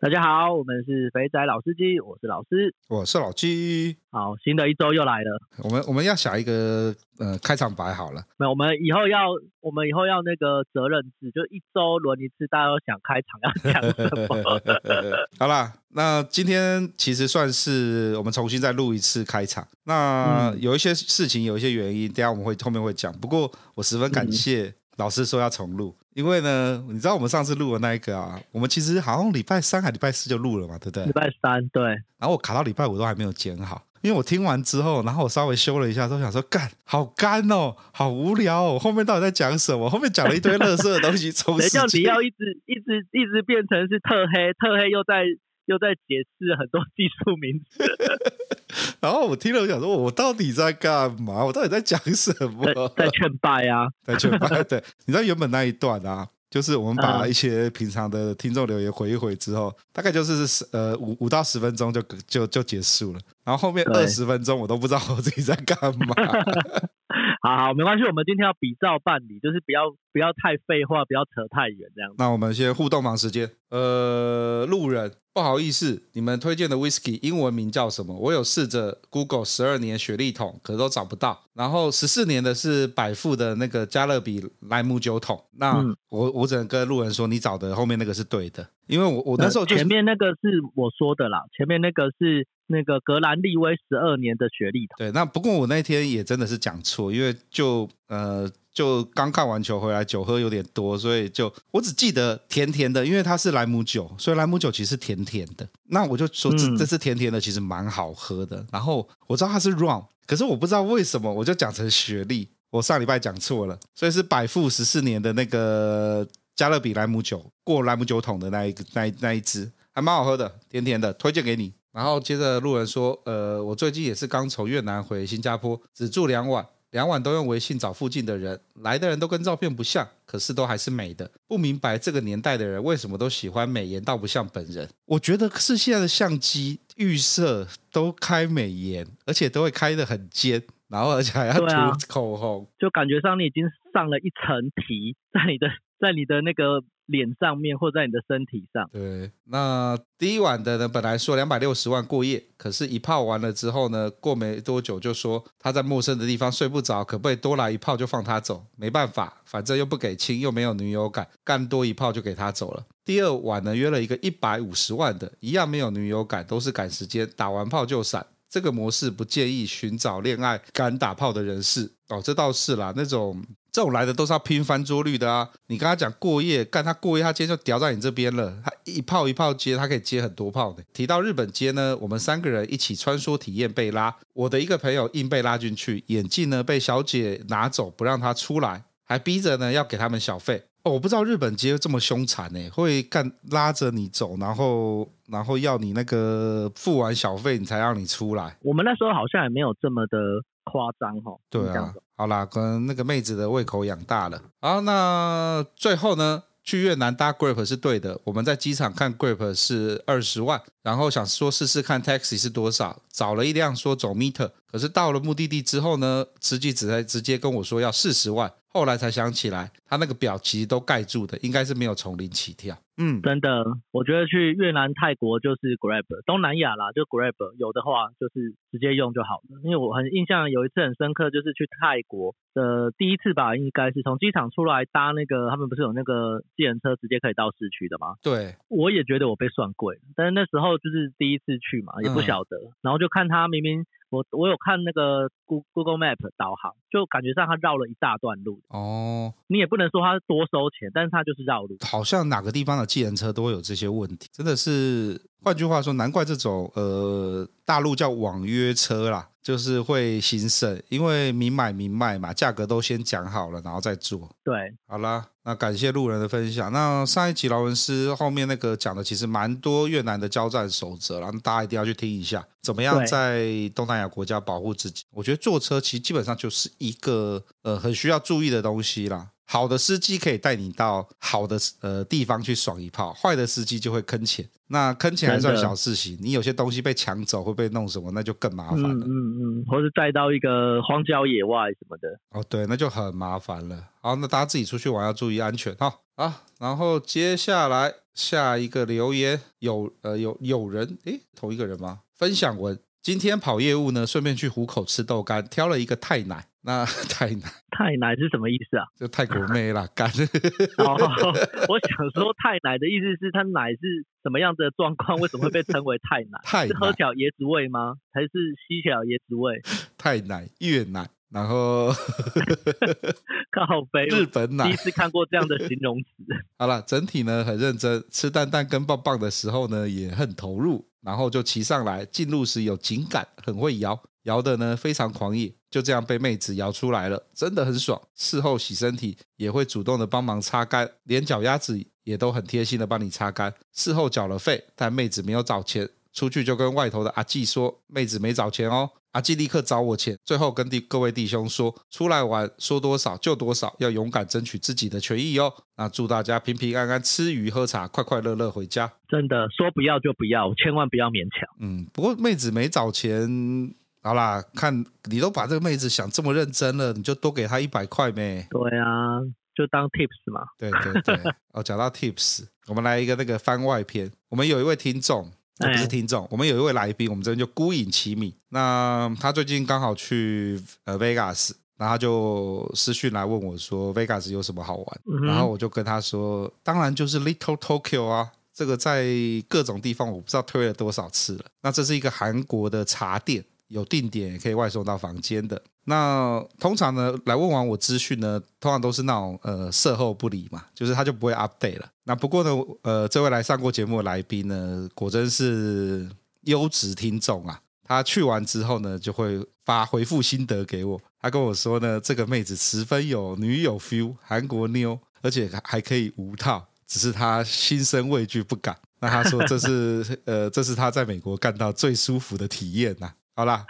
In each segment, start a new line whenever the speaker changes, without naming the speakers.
大家好，我们是肥仔老司机，我是老师。
我是老鸡，
好，新的一周又来了，
我们我们要想一个呃开场白好了，
那我们以后要，我们以后要那个责任制，就一周轮一次，大家要想开场要讲什 么。
好啦，那今天其实算是我们重新再录一次开场，
嗯
那有一些事情有一些原因，等一下我们会后面会讲，不过我十分感
嗯
谢老师说要重录，因为呢，你知道我们上次录的那一个啊，我们其实好像礼拜三还礼拜四就录了嘛，对不对
礼？拜三，对，
然后我卡到礼拜五都还没有剪好。因为我听完之后，然后我稍微修了一下，都想说干好干哦，好无聊哦，后面到底在讲什么？后面讲了一堆垃圾的东西，从
谁叫
此
你要一直一直一直变成是特黑，特黑又在又在解释很多技术名词，
然后我听了，我想说，我到底在干嘛？我到底在讲什么？
在在劝败啊，
在全班对，你知道原本那一段啊，就是我们把
嗯
一些平常的听众留言回一回之后，大概就是十呃五五到十分钟就就就结束了，然后后面
对
二十分钟我都不知道我自己在干嘛。
好好，没关系，我们今天要比照办理，就是不要不要太废话，不要扯太远这样子。
那我们先互动忙时间，呃，路人。不好意思，你们推荐的 whisky 英文名叫什么？我有试着 Google 十二年雪莉桶，可都找不到。然后十四年的是百富的那个加勒比莱姆酒桶。那、
嗯
我我只能跟路人说，你找的后面那个是对的，因为我我那时候就
呃前面那个是我说的啦，前面那个是那个格兰利威十二年的学历桶，
对，那不过我那天也真的是讲错，因为就呃就刚看完球回来，酒喝有点多，所以就我只记得甜甜的，因为它是莱姆酒，所以莱姆酒其实是甜甜的。那我就说这、
嗯
这是甜甜的，其实蛮好喝的。然后我知道它是 rum，可是我不知道为什么我就讲成雪莉，我上礼拜讲错了，所以是百富十四年的那个加勒比莱姆酒过莱姆酒桶的那一个那一那一支，还蛮好喝的，甜甜的，推荐给你。然后接着路人说，呃，我最近也是刚从越南回新加坡，只住两晚，两晚都用微信找附近的人，来的人都跟照片不像，可是都还是美的。不明白这个年代的人为什么都喜欢美颜到不像本人。我觉得是现在的相机预设都开美颜，而且都会开的很尖，然后而且还要
对啊
涂口红。
就感觉上你已经上了一层皮，在你的在你的那个脸上面或在你的身体上，
对，那第一晚的呢，本来说两百六十万过夜，可是一泡完了之后呢，过没多久就说他在陌生的地方睡不着，可不可以多来一泡就放他走？没办法，反正又不给亲，又没有女友感，干多一泡就给他走了。第二晚呢，约了一个一百五十万的，一样没有女友感，都是赶时间，打完炮就闪。这个模式不建议寻找恋爱敢打炮的人士哦，这倒是啦，那种这种来的都是要拼翻桌率的啊。你跟他讲过夜，干他过夜，他今天就屌在你这边了。他一炮一炮接，他可以接很多炮的。提到日本街呢，我们三个人一起穿梭体验被拉，我的一个朋友硬被拉进去，眼镜呢被小姐拿走，不让他出来，还逼着呢要给他们小费。哦，我不知道日本街这么凶残呢、会干拉着你走，然后然后要你那个付完小费，你才让你出来。
我们那时候好像也没有这么的夸张哈。
对
你嗯这样
啊
子，
好啦，跟那个妹子的胃口养大了。好，那最后呢，去越南搭 Grab 是对的。我们在机场看 Grab 是二十万，然后想说试试看 Taxi 是多少，找了一辆说走 meter，可是到了目的地之后呢，司机直接直接跟我说要四十万，后来才想起来他那个表其实都盖住的，应该是没有从零起跳。嗯，
真的，我觉得去越南、泰国就是 Grab，东南亚啦就 Grab，有的话就是直接用就好了。因为我很印象有一次很深刻，就是去泰国的第一次吧，应该是从机场出来搭那个，他们不是有那个计程车直接可以到市区的吗？
对，
我也觉得我被算贵了，但是那时候就是第一次去嘛，也不
嗯
晓得，然后就看他明明我我有看那个 Go Google Map 导航，就感觉上他绕了一大段路，
哦，
你也不能说他多收钱，但是他就是绕路。
好像哪个地方的计程车都会有这些问题，真的是。换句话说，难怪这种呃大陆叫网约车啦，就是会行审，因为明买明卖嘛，价格都先讲好了，然后再做。
对，
好啦，那感谢路人的分享。那上一集劳伦斯后面那个讲的其实蛮多越南的交战守则啦，然后大家一定要去听一下，怎么样
对
在东南亚国家保护自己。我觉得坐车其实基本上就是一个呃很需要注意的东西啦。好的司机可以带你到好的呃地方去爽一炮，坏的司机就会坑钱。那坑钱还算
真的
小事情，你有些东西被抢走会被弄什么，那就更麻烦
嗯
了。
嗯嗯，或者带到一个荒郊野外什么的，
哦，对，那就很麻烦了。好，那大家自己出去玩要注意安全哈。好，然后接下来下一个留言有呃有有人诶，同一个人吗？分享文，今天跑业务呢，顺便去虎口吃豆干，挑了一个泰奶，那 泰奶
太奶是什么意思 啊？
就泰国妹啦，干。
哦，我想说太奶的意思是它奶是什么样的状况，为什么会被称为太 奶？
泰
是喝
奶
起来椰子味吗？还是吸起来椰子味？
泰奶越南，然后
靠背，
日本
第
奶
一，次看过这样的形容 词。
好了，整体呢很认真，吃蛋蛋跟棒棒的时候呢也很投入，然后就骑上来，进入时有紧感，很会摇，摇的呢非常狂野，就这样被妹子摇出来了，真的很爽。事后洗身体也会主动的帮忙擦干，连脚丫子也都很贴心的帮你擦干。事后缴了费，但妹子没有找钱，出去就跟外头的阿纪说，妹子没找钱哦。阿纪立刻找我钱，最后跟弟各位弟兄说，出来玩说多少就多少，要勇敢争取自己的权益哦。那祝大家平平安安，吃鱼喝茶，快快乐乐回家。
真的说不要就不要，千万不要勉强。
嗯，不过妹子没找钱，好啦，看你都把这个妹子想这么认真了，你就多给她一百块呗。
对啊，就当 tips 嘛。
对对对，哦，讲到 tips，我们来一个那个番外篇。我们有一位听众，呃
哎
不是听众，我们有一位来宾，我们这边就孤影其名。那他最近刚好去呃 Vegas，然后他就私讯来问我说 Vegas 有什么好玩，
嗯哼
然后我就跟他说，当然就是 Little Tokyo 啊。这个在各种地方我不知道推了多少次了。那这是一个韩国的茶店，有定点也可以外送到房间的。那通常呢，来问完我资讯呢，通常都是那种呃售后不理嘛，就是他就不会 update 了。那不过呢，呃，这位来上过节目的来宾呢，果真是优质听众啊。他去完之后呢，就会发回复心得给我。他跟我说呢，这个妹子十分有女友 feel，韩国妞，而且还还可以无套，只是他心生畏惧不敢。那他说这是 呃，这是他在美国干到最舒服的体验呐、好啦，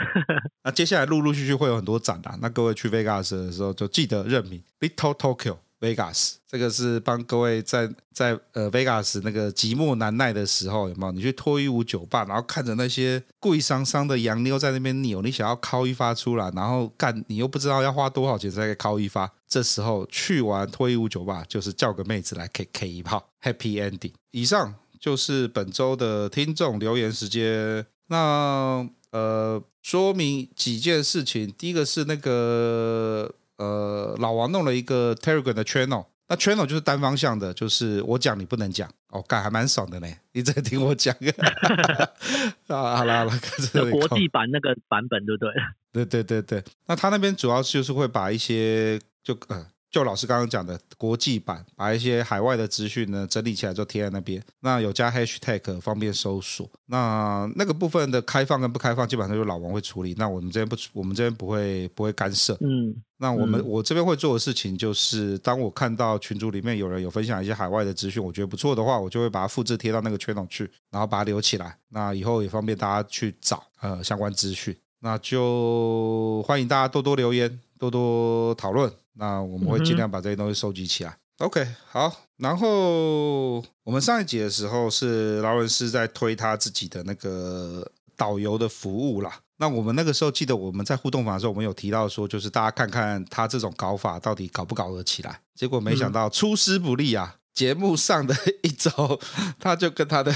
那接下来陆陆续续会有很多展啊啦。那各位去 Vegas 的时候，就记得认名 Little Tokyo Vegas，这个是帮各位在在呃 Vegas 那个寂寞难耐的时候，有没有？你去脱衣舞酒吧，然后看着那些贵桑桑的洋妞在那边扭，你想要敲一发出来，然后干你又不知道要花多少钱才可以敲一发。这时候去完脱衣舞酒吧，就是叫个妹子来 K K 一炮，Happy Ending。以上就是本周的听众留言时间。那呃，说明几件事情。第一个是那个呃，老王弄了一个 Telegram 的 channel，那 channel 就是单方向的，就是我讲你不能讲。哦，干还蛮爽的呢，你在听我讲。 啊，好啦好啦，看这
就
里
国
靠
际版那个版本，对不对？
对对对对，那他那边主要就是会把一些就呃，就老师刚刚讲的国际版，把一些海外的资讯呢整理起来就贴在那边。那有加 hashtag 方便搜索。那那个部分的开放跟不开放，基本上就是老王会处理。那我们这边不，我们这边不会不会干涉。
嗯，
那我们、
嗯
我这边会做的事情就是，当我看到群组里面有人有分享一些海外的资讯，我觉得不错的话，我就会把它复制贴到那个圈里去，然后把它留起来。那以后也方便大家去找呃相关资讯。那就欢迎大家多多留言，多多讨论。那我们会尽量把这些东西收集起来。OK，好。然后我们上一集的时候是劳伦斯在推他自己的那个导游的服务啦。那我们那个时候记得我们在互动房的时候，我们有提到说，就是大家看看他这种搞法到底搞不搞得起来。结果没想
嗯
到出师不利啊！节目上的一周， 他就跟他的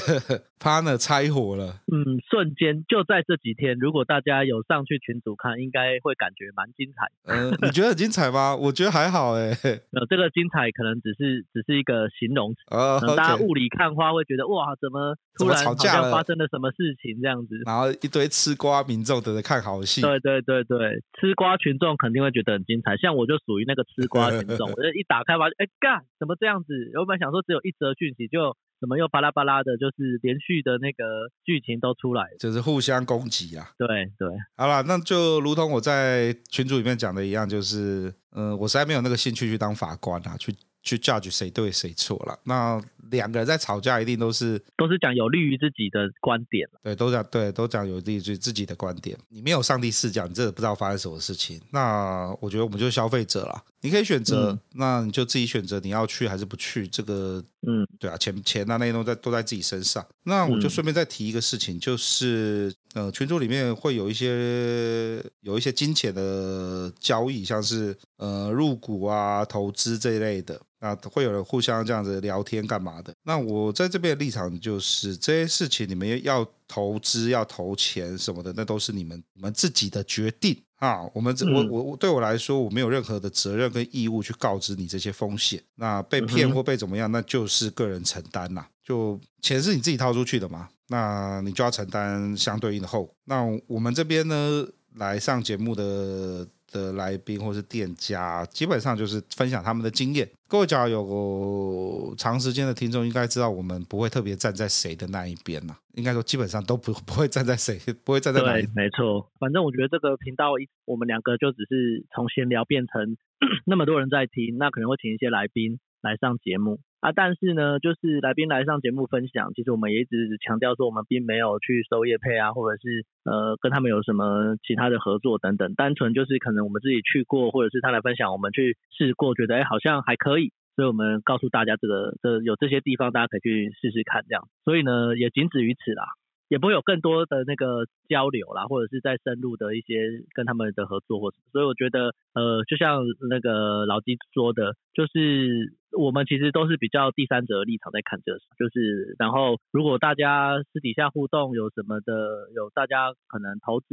partner 拆伙了。
嗯，瞬间就在这几天，如果大家有上去群组看，应该会感觉蛮精彩的。
嗯、你觉得很精彩吗？ 我觉得还好哎、欸。
呃，这个精彩可能只是只是一个形容词，
呃
可能大家
OK
雾里看花会觉得哇，怎么
怎
突
么
然
吵
好
架
像
了
发生了什么事情这样子？
然后一堆吃瓜民众等着看好戏。
对对对对，吃瓜群众肯定会觉得很精彩。像我就属于 那个吃瓜群众，我就一打开发现，哎干，怎么这样子？原本想说只有一则讯息，就
什么又巴拉巴拉的，就是连续的那个剧情都出来了。
就是互相攻击啊。
对对，
好啦，那就如同我在群组里面讲的一样，就是，嗯、我实在没有那个兴趣去当法官啊，去去 judge 谁对谁错了。那两个人在吵架，一定都是
都是讲有利于自己的观点啦
对，都讲对，都讲有利于自己的观点。你没有上帝视角，你真的不知道发生什么事情。那我觉得我们就是消费者啦，你可以选择，
嗯
那你就自己选择你要去还是不去。这个
嗯，
对啊，钱钱啊那些都在都在自己身上。那我就顺便再提一个事情，就是呃，群组里面会有一些有一些金钱的交易，像是呃入股啊、投资这一类的。那会有人互相这样子聊天干嘛的？那我在这边的立场就是，这些事情你们要投资、要投钱什么的，那都是你们你们自己的决定啊。我们、这我
嗯
我我对我来说，我没有任何的责任跟义务去告知你这些风险。那被骗
嗯哼
或被怎么样，那就是个人承担啦、就钱是你自己掏出去的嘛，那你就要承担相对应的后果。那我们这边呢，来上节目的的来宾或是店家，基本上就是分享他们的经验。各位假如有长时间的听众，应该知道我们不会特别站在谁的那一边呐、应该说基本上都不不会站在谁，不会站在哪一
对，没错。反正我觉得这个频道一我们两个就只是从闲聊变成 那么多人在听，那可能会请一些来宾来上节目啊。但是呢，就是来宾来上节目分享，其实我们也一直强调说，我们并没有去收业配啊，或者是呃跟他们有什么其他的合作等等，单纯就是可能我们自己去过，或者是他来分享，我们去试过，觉得哎好像还可以，所以我们告诉大家这个这有这些地方大家可以去试试看这样。所以呢，也仅止于此啦。也不会有更多的那个交流啦，或者是再深入的一些跟他们的合作或什么。所以我觉得，呃，就像那个老鸡说的，就是我们其实都是比较第三者的立场在看这个事，就是然后如果大家私底下互动有什么的，有大家可能投资、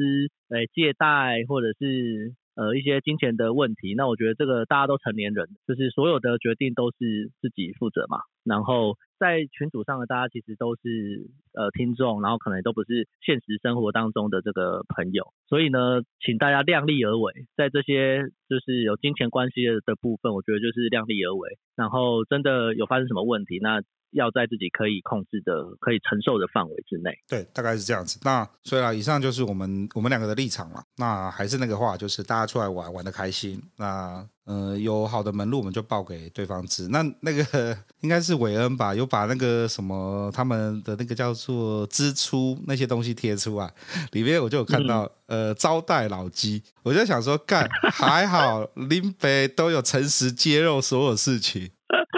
诶、借贷或者是。呃，一些金钱的问题，那我觉得这个大家都成年人，就是所有的决定都是自己负责嘛。然后在群组上的大家其实都是呃听众，然后可能都不是现实生活当中的这个朋友，所以呢，请大家量力而为，在这些就是有金钱关系的的部分，我觉得就是量力而为，然后真的有发生什么问题，那要在自己可以控制的、可以承受的范围之内。
对，大概是这样子。那所以啦，以上就是我们我们两个的立场了。那还是那个话，就是大家出来玩玩的开心。那呃，有好的门路我们就报给对方知。那那个应该是韦恩吧，有把那个什么他们的那个叫做支出那些东西贴出来，里面我就有看到、呃招待老鸡，我就想说干还好林北都有诚实揭露所有事情。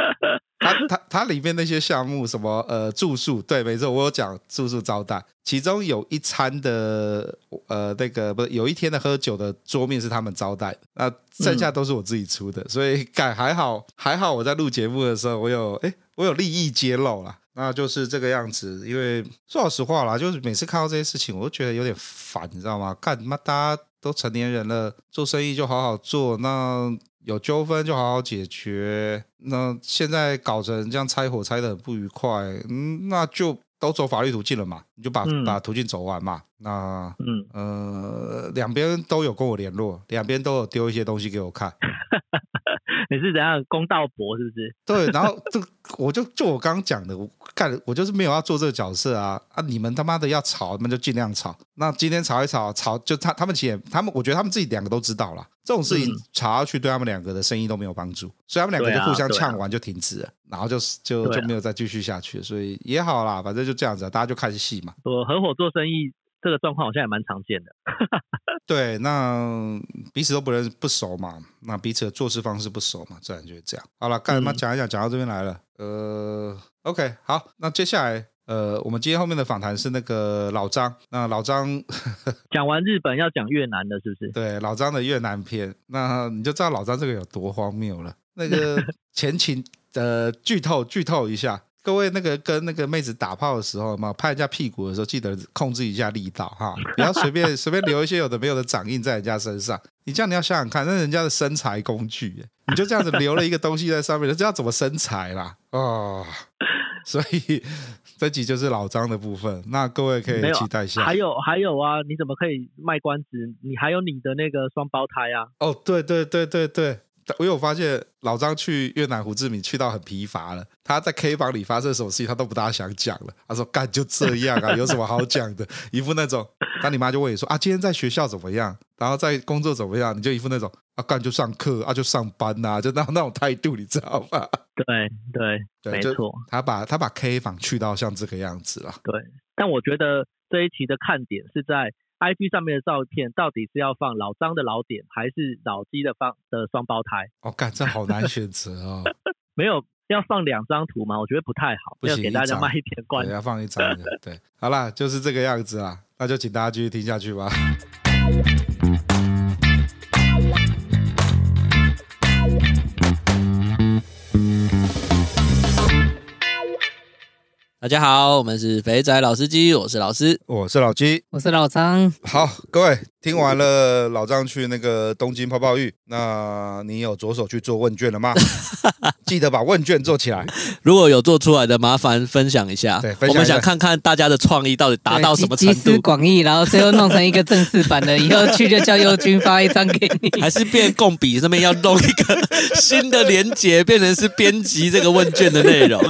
它它它里面那些项目什么呃住宿，对，没错，我有讲住宿招待，其中有一餐的呃那个不是有一天的喝酒的桌面是他们招待的，那剩下都是我自己出的，所以感还好还好我在录节目的时候我有哎我有利益揭露啦。那就是这个样子，因为说老实话啦，就是每次看到这些事情，我都觉得有点烦，你知道吗？干妈大家都成年人了，做生意就好好做，那有纠纷就好好解决。那现在搞成这样拆伙拆的很不愉快，嗯，那就都走法律途径了嘛，你就把、
嗯
把途径走完嘛。那
嗯，
呃，两边都有跟我联络，两边都有丢一些东西给我看。
你是怎样公道博是不是？
对，然后这个我就就我刚刚讲的，我干我就是没有要做这个角色啊啊！你们他妈的要吵，那就尽量吵。那今天吵一吵，吵就他他们其实也他们，我觉得他们自己两个都知道啦，这种事情
嗯
吵下去对他们两个的生意都没有帮助，所以他们两个
对
就
啊
互相
对啊
呛完就停止了，然后就是就
对
就
啊
没有再继续下去了，所以也好啦，反正就这样子啊，大家就看戏嘛。
我合伙做生意这个状况好像也蛮常见的。
对，那彼此都不认不熟嘛，那彼此的做事方式不熟嘛，自然就是这样。好了，干嘛
嗯
讲一讲，讲到这边来了。呃，OK，好，那接下来呃，我们今天后面的访谈是那个老张，那老张
讲完日本要讲越南的，是不是？
对老张的越南篇，那你就知道老张这个有多荒谬了。那 个前情呃，剧透剧透一下。各位，那个跟那个妹子打炮的时候嘛，拍人家屁股的时候，记得控制一下力道 哈，不要随便随便留一些有的没有的掌印在人家身上。你这样你要想想看，那人家的身材工具耶，你就这样子留了一个东西在上面， 人家怎么身材啦？哦，所以 这集就是老张的部分，那各位可以
没有
期待一下
还。有还有啊，你怎么可以卖关子？你还有你的那个双胞胎啊，
哦，对对对对对，因为我发现老张去越南胡志明去到很疲乏了，他在 K 房里发生什么事情他都不大想讲了。他说：“干就这样啊，有什么好讲的？”一副那种，当你妈就问你说：“啊，今天在学校怎么样？然后在工作怎么样？”你就一副那种啊，干就上课啊，就上班呐、就那那种态度，你知道吗？
对对，
对
没
就
错。
他把他把 K 房去到像这个样子了。
但我觉得这一期的看点是在 IG 上面的照片，到底是要放老张的老点，还是老鸡的放的双胞胎？
哦，干这好难选择 哦，
没有要放两张图吗？我觉得不太好，
不
要
行
给
一
大家
张
卖一点关
对，要放一张的。对，好啦，就是这个样子啦，那就请大家继续听下去吧。
大家好，我们是肥仔老司机，我是老师。
我是老鸡，
我是老张，
好，各位听完了老张去那个东京泡泡浴，那你有着手去做问卷了 吗？记得把问卷做起来。
如果有做出来的，麻烦分享一下。
对分享一下
我们想看看大家的创意到底达到什么
对
程
集集思
度，
广益，然后最后弄成一个正式版的，以后去就叫优君发一张给你。
还是变共笔上面要弄一个新的连接，变成是编辑这个问卷的内容。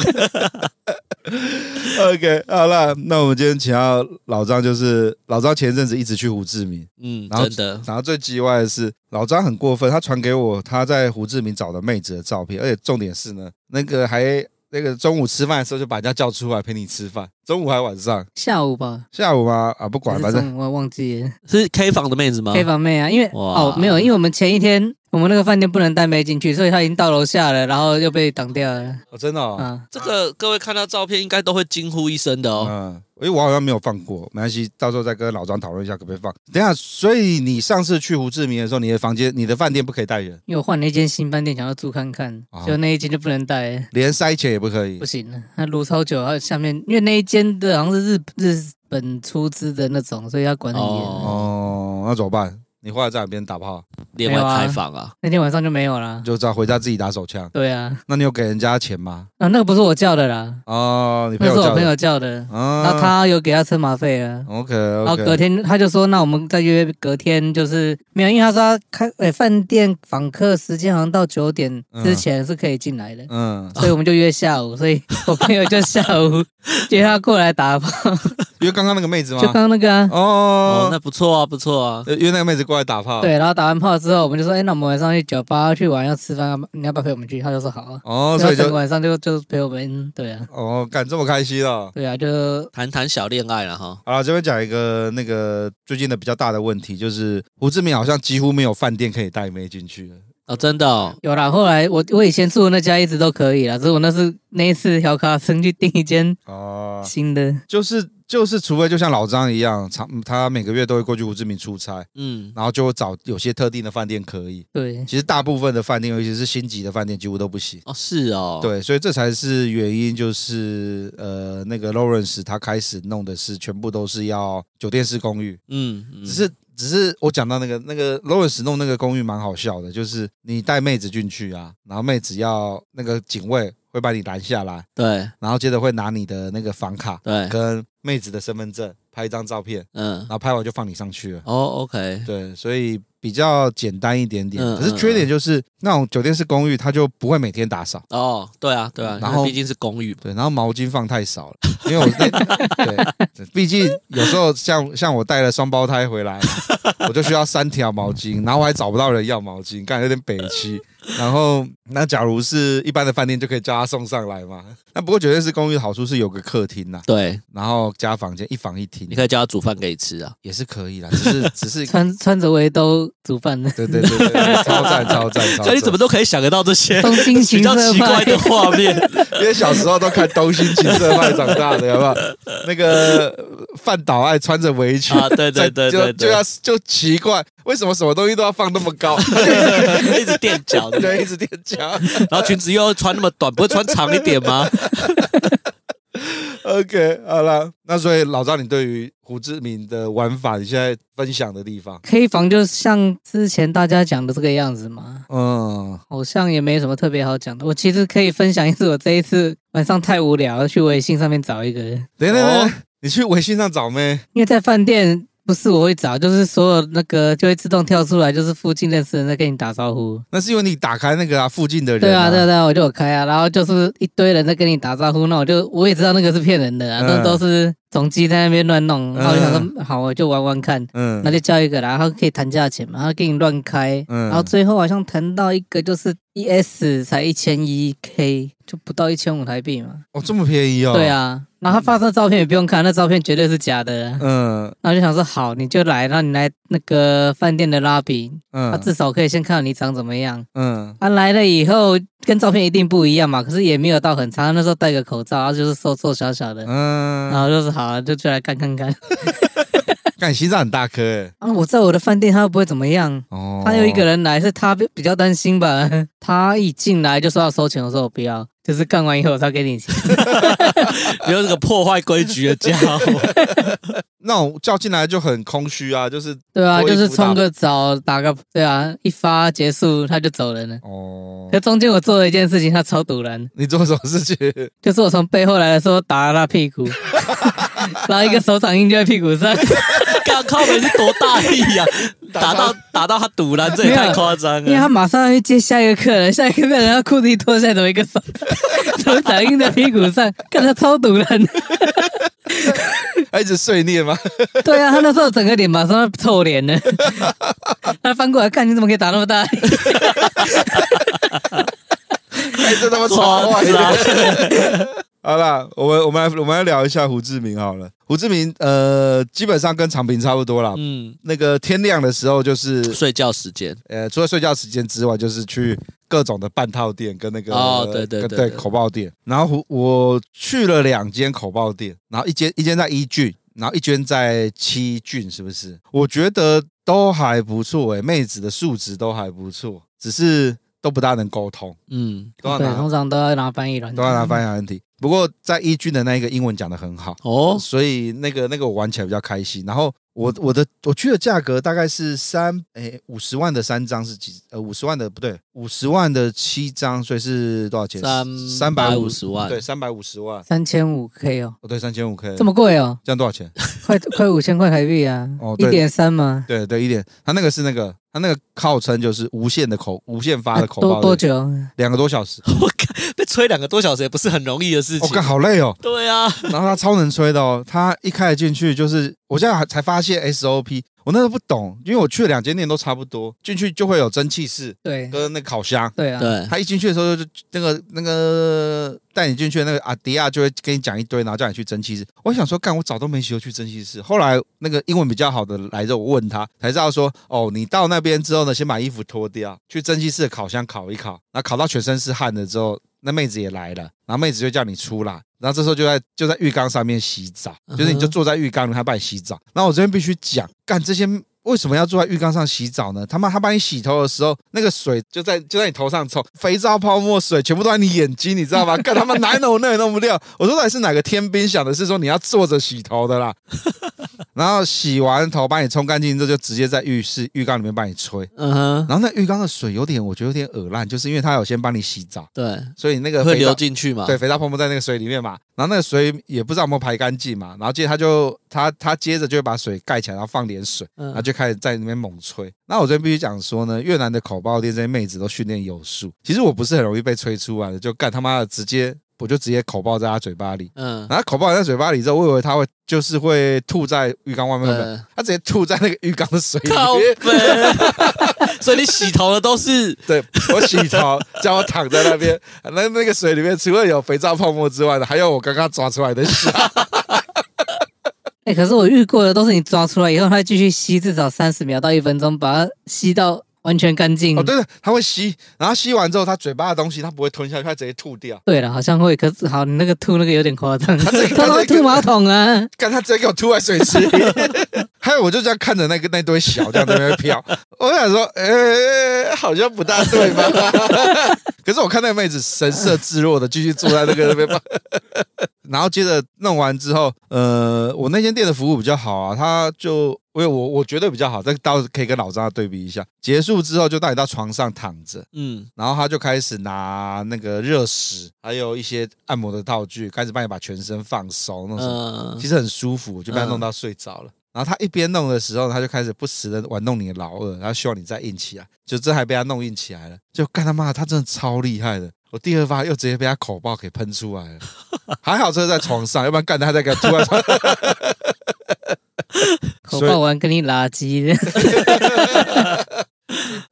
OK，好了，那我们今天请到老张，就是老张前阵子一直去胡志明，
嗯，
然后
真的，
然后最叽歪的是，老张很过分，他传给我他在胡志明找的妹子的照片，而且重点是呢，那个还那个中午吃饭的时候就把人家叫出来陪你吃饭，中午还晚上，
下午吧，
下午吗？啊，不管，
还
反
是
正
中午我忘记了。
是 K 房的妹子吗？
黑房妹啊，因为
哇
哦没有，因为我们前一天我们那个饭店不能带妹进去，所以她已经到楼下了，然后又被挡掉了。
哦，真的、哦，
啊，
这个各位看到照片应该都会惊呼一声的哦。
嗯，因为我好像没有放过，没关系，到时候再跟老张讨论一下可不可以放。等一下，所以你上次去胡志明的时候，你的房间、你的饭店不可以带人，
因为我换了一间新饭店，想要住看看
啊，
就那一间就不能带，
连塞钱也不可以
不。行了，那撸超久，还有下面因为那一间的好像是日日本出资的那种，所以要管很严。
哦，
哦，那怎么办？你后来在哪边打炮？
恋爱开房啊，
那天晚上就没有啦。
就找回家自己打手枪。
对啊，
那你有给人家钱吗？
啊那个不是我叫的啦，
哦，你朋
那
友叫
是我
的
朋友叫的，
啊
那他有给他车马费啊。
OK
然后
OK，
隔天他就说，那我们再约隔天，就是没有，因为他说他开诶饭店访客时间好像到九点之前是可以进来的，
嗯，
所以我们就约下午，所以我朋友就下 午 接他过来打炮，
因为刚刚那个妹子吗？
就刚刚那个啊，
哦，
哦，
那不错啊，不错啊。
因为那个妹子过来打炮。，
对，然后打完炮之后，我们就说，哎，那我们晚上去酒吧去玩，要吃饭，要不你要不要陪我们去？他就说好啊，
哦，
然
所
后
以
整个
就
晚上就就陪我们，对啊，
哦，干这么开心哦。
对啊，就
谈谈小恋爱了哈，
好了，这边讲一个那个最近的比较大的问题，就是胡志明好像几乎没有饭店可以带妹进去了。
哦，真的哦，
有啦，后来我我以前住的那家一直都可以啦，只是我那是那一次小卡生去订一间
哦，
新的，
就是就是，除非就像老张一样，常他每个月都会过去胡志明出差，
嗯，
然后就会找有些特定的饭店可以。
对，
其实大部分的饭店，尤其是星级的饭店，几乎都不行。
哦，是哦，，
对，所以这才是原因，就是呃，那个 Lawrence 他开始弄的是全部都是要酒店式公寓，
嗯，嗯
只是只是我讲到那个那个 Lawrence 弄那个公寓蛮好笑的，就是你带妹子进去啊，然后妹子要那个警卫会把你拦下来，
对
然后接着会拿你的那个房卡
对，
跟妹子的身份证拍一张照片，
嗯
然，后拍完就放你上去了。
哦，OK，
对，所以比较简单一点点，
嗯
可是缺点就是那种酒店式公寓，它就不会每天打扫。
哦，对啊，对啊，
然
然
后
后毕竟是公寓嘛，
对，然后毛巾放太少了，因为我那对，毕竟有时候像像我带了双胞胎回来，我就需要三条毛巾，然后我还找不到人要毛巾，感觉有点北七。然后那假如是一般的饭店，就可以叫他送上来嘛。那不过酒店式公寓的好处是有个客厅呐、
对，
然后加房间，一房一厅
你可以叫他煮饭给你吃啊，
也是可以啦，只是只 是
穿穿着围兜煮饭的
对对对对对，超赞超赞超
那
赞！
你怎么都可以想得到这些
东京
比
情
较
色
奇怪
派，
的画面？
因为小时候都看《东星情色派》长大的，有没有？那个呃范岛爱穿着围裙
啊对对对
在就
对对
就要就奇怪，为什么什么东西都要放那么高？
一直垫脚的，
对，一直踮 脚。
然后裙子又要穿那么短，不会穿长一点吗？
OK，好了，那所以老张，你对于胡志明的玩法，你现在分享的地方，
K 房就像之前大家讲的这个样子嘛，
嗯，
好像也没什么特别好讲的。我其实可以分享一次，我这一次晚上太无聊，去微信上面找一个，
等一下等一下
哦
等一下，你去微信上找妹
因为在饭店不是我会找，就是所有那个就会自动跳出来，就是附近认识的人在跟你打招呼。
那是因为你打开那个啊附近的人、
对啊，对啊，
啊，
对啊，我就有开啊，然后就是一堆人在跟你打招呼，那我就我也知道那个是骗人的啊，那、
嗯
都是总机在那边乱弄，然后我就想说，好，我就玩玩看，那
嗯，
就叫一个啦，然后可以谈价钱嘛，然后给你乱开，
嗯
然后最后好像谈到一个就是 ES 才一千一 K，就不到一千五台币嘛，
哦，这么便宜哦，
对，啊，然后他发的照片也不用看，那照片绝对是假的啊。
嗯
然后就想说好，你就来，那你来那个饭店的拉比，他、
嗯
至少可以先看到你长怎么样。
嗯
啊，来了以后跟照片一定不一样嘛，可是也没有到很差。那时候戴个口罩，然后就是瘦瘦小小的，然
嗯，
后就是好，就就来看看 看。
干心脏很大颗哎，
啊，我在我的饭店，他又不会怎么样。
哦，
他有一个人来，是他比比较担心吧？ 他一进来就说要收钱，我说我不要，就是干完以后我再给你钱。
你有这个破坏规矩的家伙，
那种叫进来就很空虚啊，就是
对啊，
脱衣服
就是冲个澡，打个对啊，一发结束他就走人了。
哦
可，中间我做了一件事情，他超堵然，
你做什么事情？
就是我从背后来的时候打了他屁股，然后一个手掌印就在屁股上。
靠靠北是多大意 呀、打到打到他堵了，这也太夸张
因为他
了。
马上要去接下一个客人，下一个客人他裤子一脱下来，怎么一个手手掌印在屁股上，看他超堵人。
他一直碎念吗？
对啊，他那时候整个脸马上臭脸了，他翻过来看你怎么可以打那么大力，
哎，这他妈超坏的。好啦，我们我们来我们来聊一下胡志明好了。胡志明呃，基本上跟长平差不多啦。
嗯，
那个天亮的时候，就是
睡觉时间，
呃，除了睡觉时间之外，就是去各种的半套店跟那个
哦对对
跟
对
对
对
口爆店。然后胡我去了两间口爆店，然后一间一间在一郡，然后一间在七郡，是不是？我觉得都还不错诶、妹子的素质都还不错，只是都不大能沟通，
嗯，
都要
对，
拿
通常都要拿翻译软
都要拿翻
译。
译问题。不过在一军的那一个英文讲的很好，
哦，
所以那个那个我玩起来比较开心。然后我我的我去的价格大概是三诶五十万的三张是几呃五十万的不对五十万的七张，所以是多少钱？
三
三百五
350万
对，三百五十万，
三千五 K 哦，
哦对，三千五 K，
这么贵哦，
这样多少 钱？
快快五千块台币啊
哦，
一
对
点三嘛，
对对，一点，他那个是那个他那个靠撑就是无限的口无限发的口爆
哎多多
对
久？
两个多小 时，
我靠，被吹两个多小时也不是很容易的事
我
情。
干、好累哦。
对啊，
然后他超能吹的哦，他一开始进去就是，我现在还才发现 SOP，我那时候不懂，因为我去了两间店都差不多，进去就会有蒸汽室
对
跟那个烤箱。
对啊，
对，
他一进去的时候就，就那个那个带你进去的那个阿迪亚就会跟你讲一堆，然后叫你去蒸汽室。我想说，干我早都没学去蒸汽室。后来那个英文比较好的来着，我问他才知道说，哦，你到那边之后呢，先把衣服脱掉，去蒸汽室的烤箱烤一烤，那烤到全身是汗了之后，那妹子也来了，然后妹子就叫你出来，然后这时候就在就在浴缸上面洗澡，就是你就坐在浴缸里，她帮你洗澡。然后我这边必须讲，干这些为什么要坐在浴缸上洗澡呢？他妈，他帮你洗头的时候，那个水就在就在你头上冲，肥皂、泡沫水全部都在你眼睛，你知道 吗？干他妈哪弄那也弄不掉。我说到底是哪个天兵想的是说你要坐着洗头 的啦？然后洗完头把你冲干净之后，就直接在浴室浴缸里面帮你吹。
嗯哼，
然后那浴缸的水有点，我觉得有点恶烂，就是因为他有先帮你洗澡，
对，
所以那个
会
肥皂
流进去嘛？
对，，肥皂泡沫在那个水里面嘛，然后那个水也不知道有没有排干净嘛，然后接着他就他他接着就会把水盖起来，然后放点水，
嗯
然后就开始在里面猛吹。那我这边必须讲说呢，越南的口爆店这些妹子都训练有素，其实我不是很容易被吹出来的，就干他妈的直接我就直接口爆在她嘴巴里。
嗯，
然后口爆在嘴巴里之后，我以为她会就是会吐在浴缸外面
对
的，她直接吐在那个浴缸的水里面。
嗯靠北， 所以你洗头的都是
对我洗头，叫我躺在那边， 那那个水里面除了有肥皂泡沫之外的，还有我刚刚抓出来的 水。
哎，可是我遇过的都是你抓出来以后，它继续吸至少三十秒到一分钟，把它吸到完全干净
哦，。对对，它会吸，然后吸完之后，它嘴巴的东西它不会吞下去，它直接吐掉。
对了，好像会，可是好，你那个吐那个有点夸张，
他 这个
他都会吐马桶啊。
看它直接给我吐在水池里，还有我就这样看着那个那堆小这样在那边飘，我想说，呃、好像不大对吧？可是我看那个妹子神色自若的继续坐在那个那边吧，然后接着弄完之后，呃，我那间店的服务比较好啊，他就。因为我我觉得比较好，这个到时可以跟老张对比一下。结束之后就带你到床上躺着，
嗯
然后他就开始拿那个热石，还有一些按摩的道具，开始帮你把全身放松那种什么，
嗯
其实很舒服，我就被他弄到睡着了。然后他一边弄的时候，他就开始不时的玩弄你的老二，然后希望你再硬起来。就这还被他弄硬起来了，就干他妈的，他真的超厉害的。我第二发又直接被他口爆给喷出来了，还好这是在床上，要不然干他在给突然 说
口
所以
爆完跟你垃圾，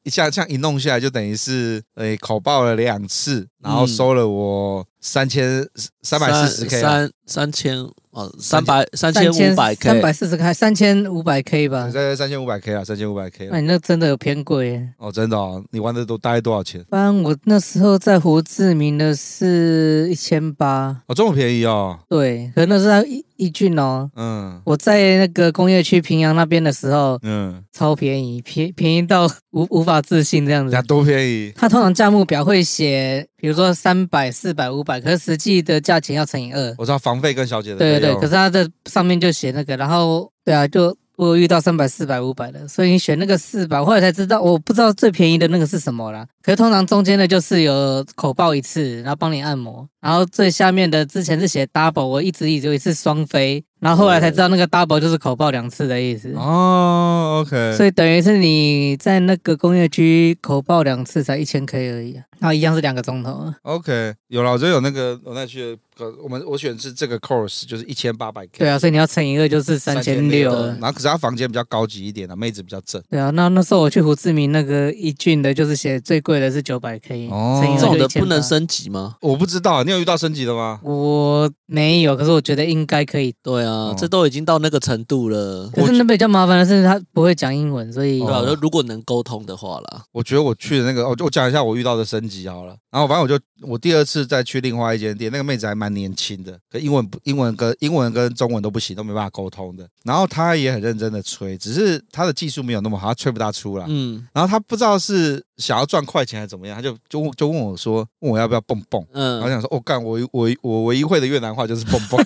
一下这样一弄下来，就等于是诶、口爆了两次，然后收了我三千三百四十 K，啊
三三千哦，三百三千
三千
五百 K，
三百四十 K，三千五百 K 吧。
三三千五百 K 啊了，三千五百 K
那
了。
你那真的有偏贵耶。
哦，真的哦，你玩的都大概多少钱？
不然我那时候在胡志明的是一千八，
哦，这么便宜哦，
对，可那是在一一郡哦。
嗯
我在那个工业区平阳那边的时候，
嗯，
超便宜，便便宜到无无法置信这样子
那。多便宜？
它通常价目表会写，比如说三百、四百、五百，可是实际的价钱要乘以二。
我知道房费跟小姐的
对
费
对对，
用
可是它的上面就写那个，然后对啊，就我有遇到三百、四百、五百的，所以你选那个四百，我后来才知道，我不知道最便宜的那个是什么啦。可是通常中间的就是有口爆一次，然后帮你按摩，然后最下面的之前是写 double，我一直以为是双飞，然后后来才知道那个 double 就是口爆两次的意思。
哦，OK，
所以等于是你在那个工业区口爆两次才一千 K 而已、啊，然后一样是两个钟头啊。
OK，有了，我就有那个我那去的，我们我选是这个 course，就是一千八百 K，
对啊，，所以你要乘以二就是三千六
3600
啊
然。后可是他房间比较高级一点啊，妹子比较正。
对啊，那那时候我去胡志明那个一郡的，就是写最贵的是九百 K，
哦
乘以
这种
二
的
就1800
不能。升级吗？
我不知道，你有遇到升级的吗？
我没有，可是我觉得应该可以。
对啊，
哦
这都已经到那个程度了。
可是那比较麻烦的是他不会讲英文，所以
对啊，
哦
如果能沟通的话啦，
我觉得我去的那个，我我讲一下我遇到的升级好了。然后反正我就我第二次再去另外一间店，那个妹子还蛮年轻的，可英文不英文跟英文跟中文都不行，都没办法沟通的。然后她也很认真的吹，只是她的技术没有那么好，她吹不大出来。
嗯
然后她不知道是想要赚快钱还是怎么样，她就就问就问我说，问我要不要蹦蹦。然后
嗯，
想说，我、哦干，我我我唯一会的越南话就是蹦蹦。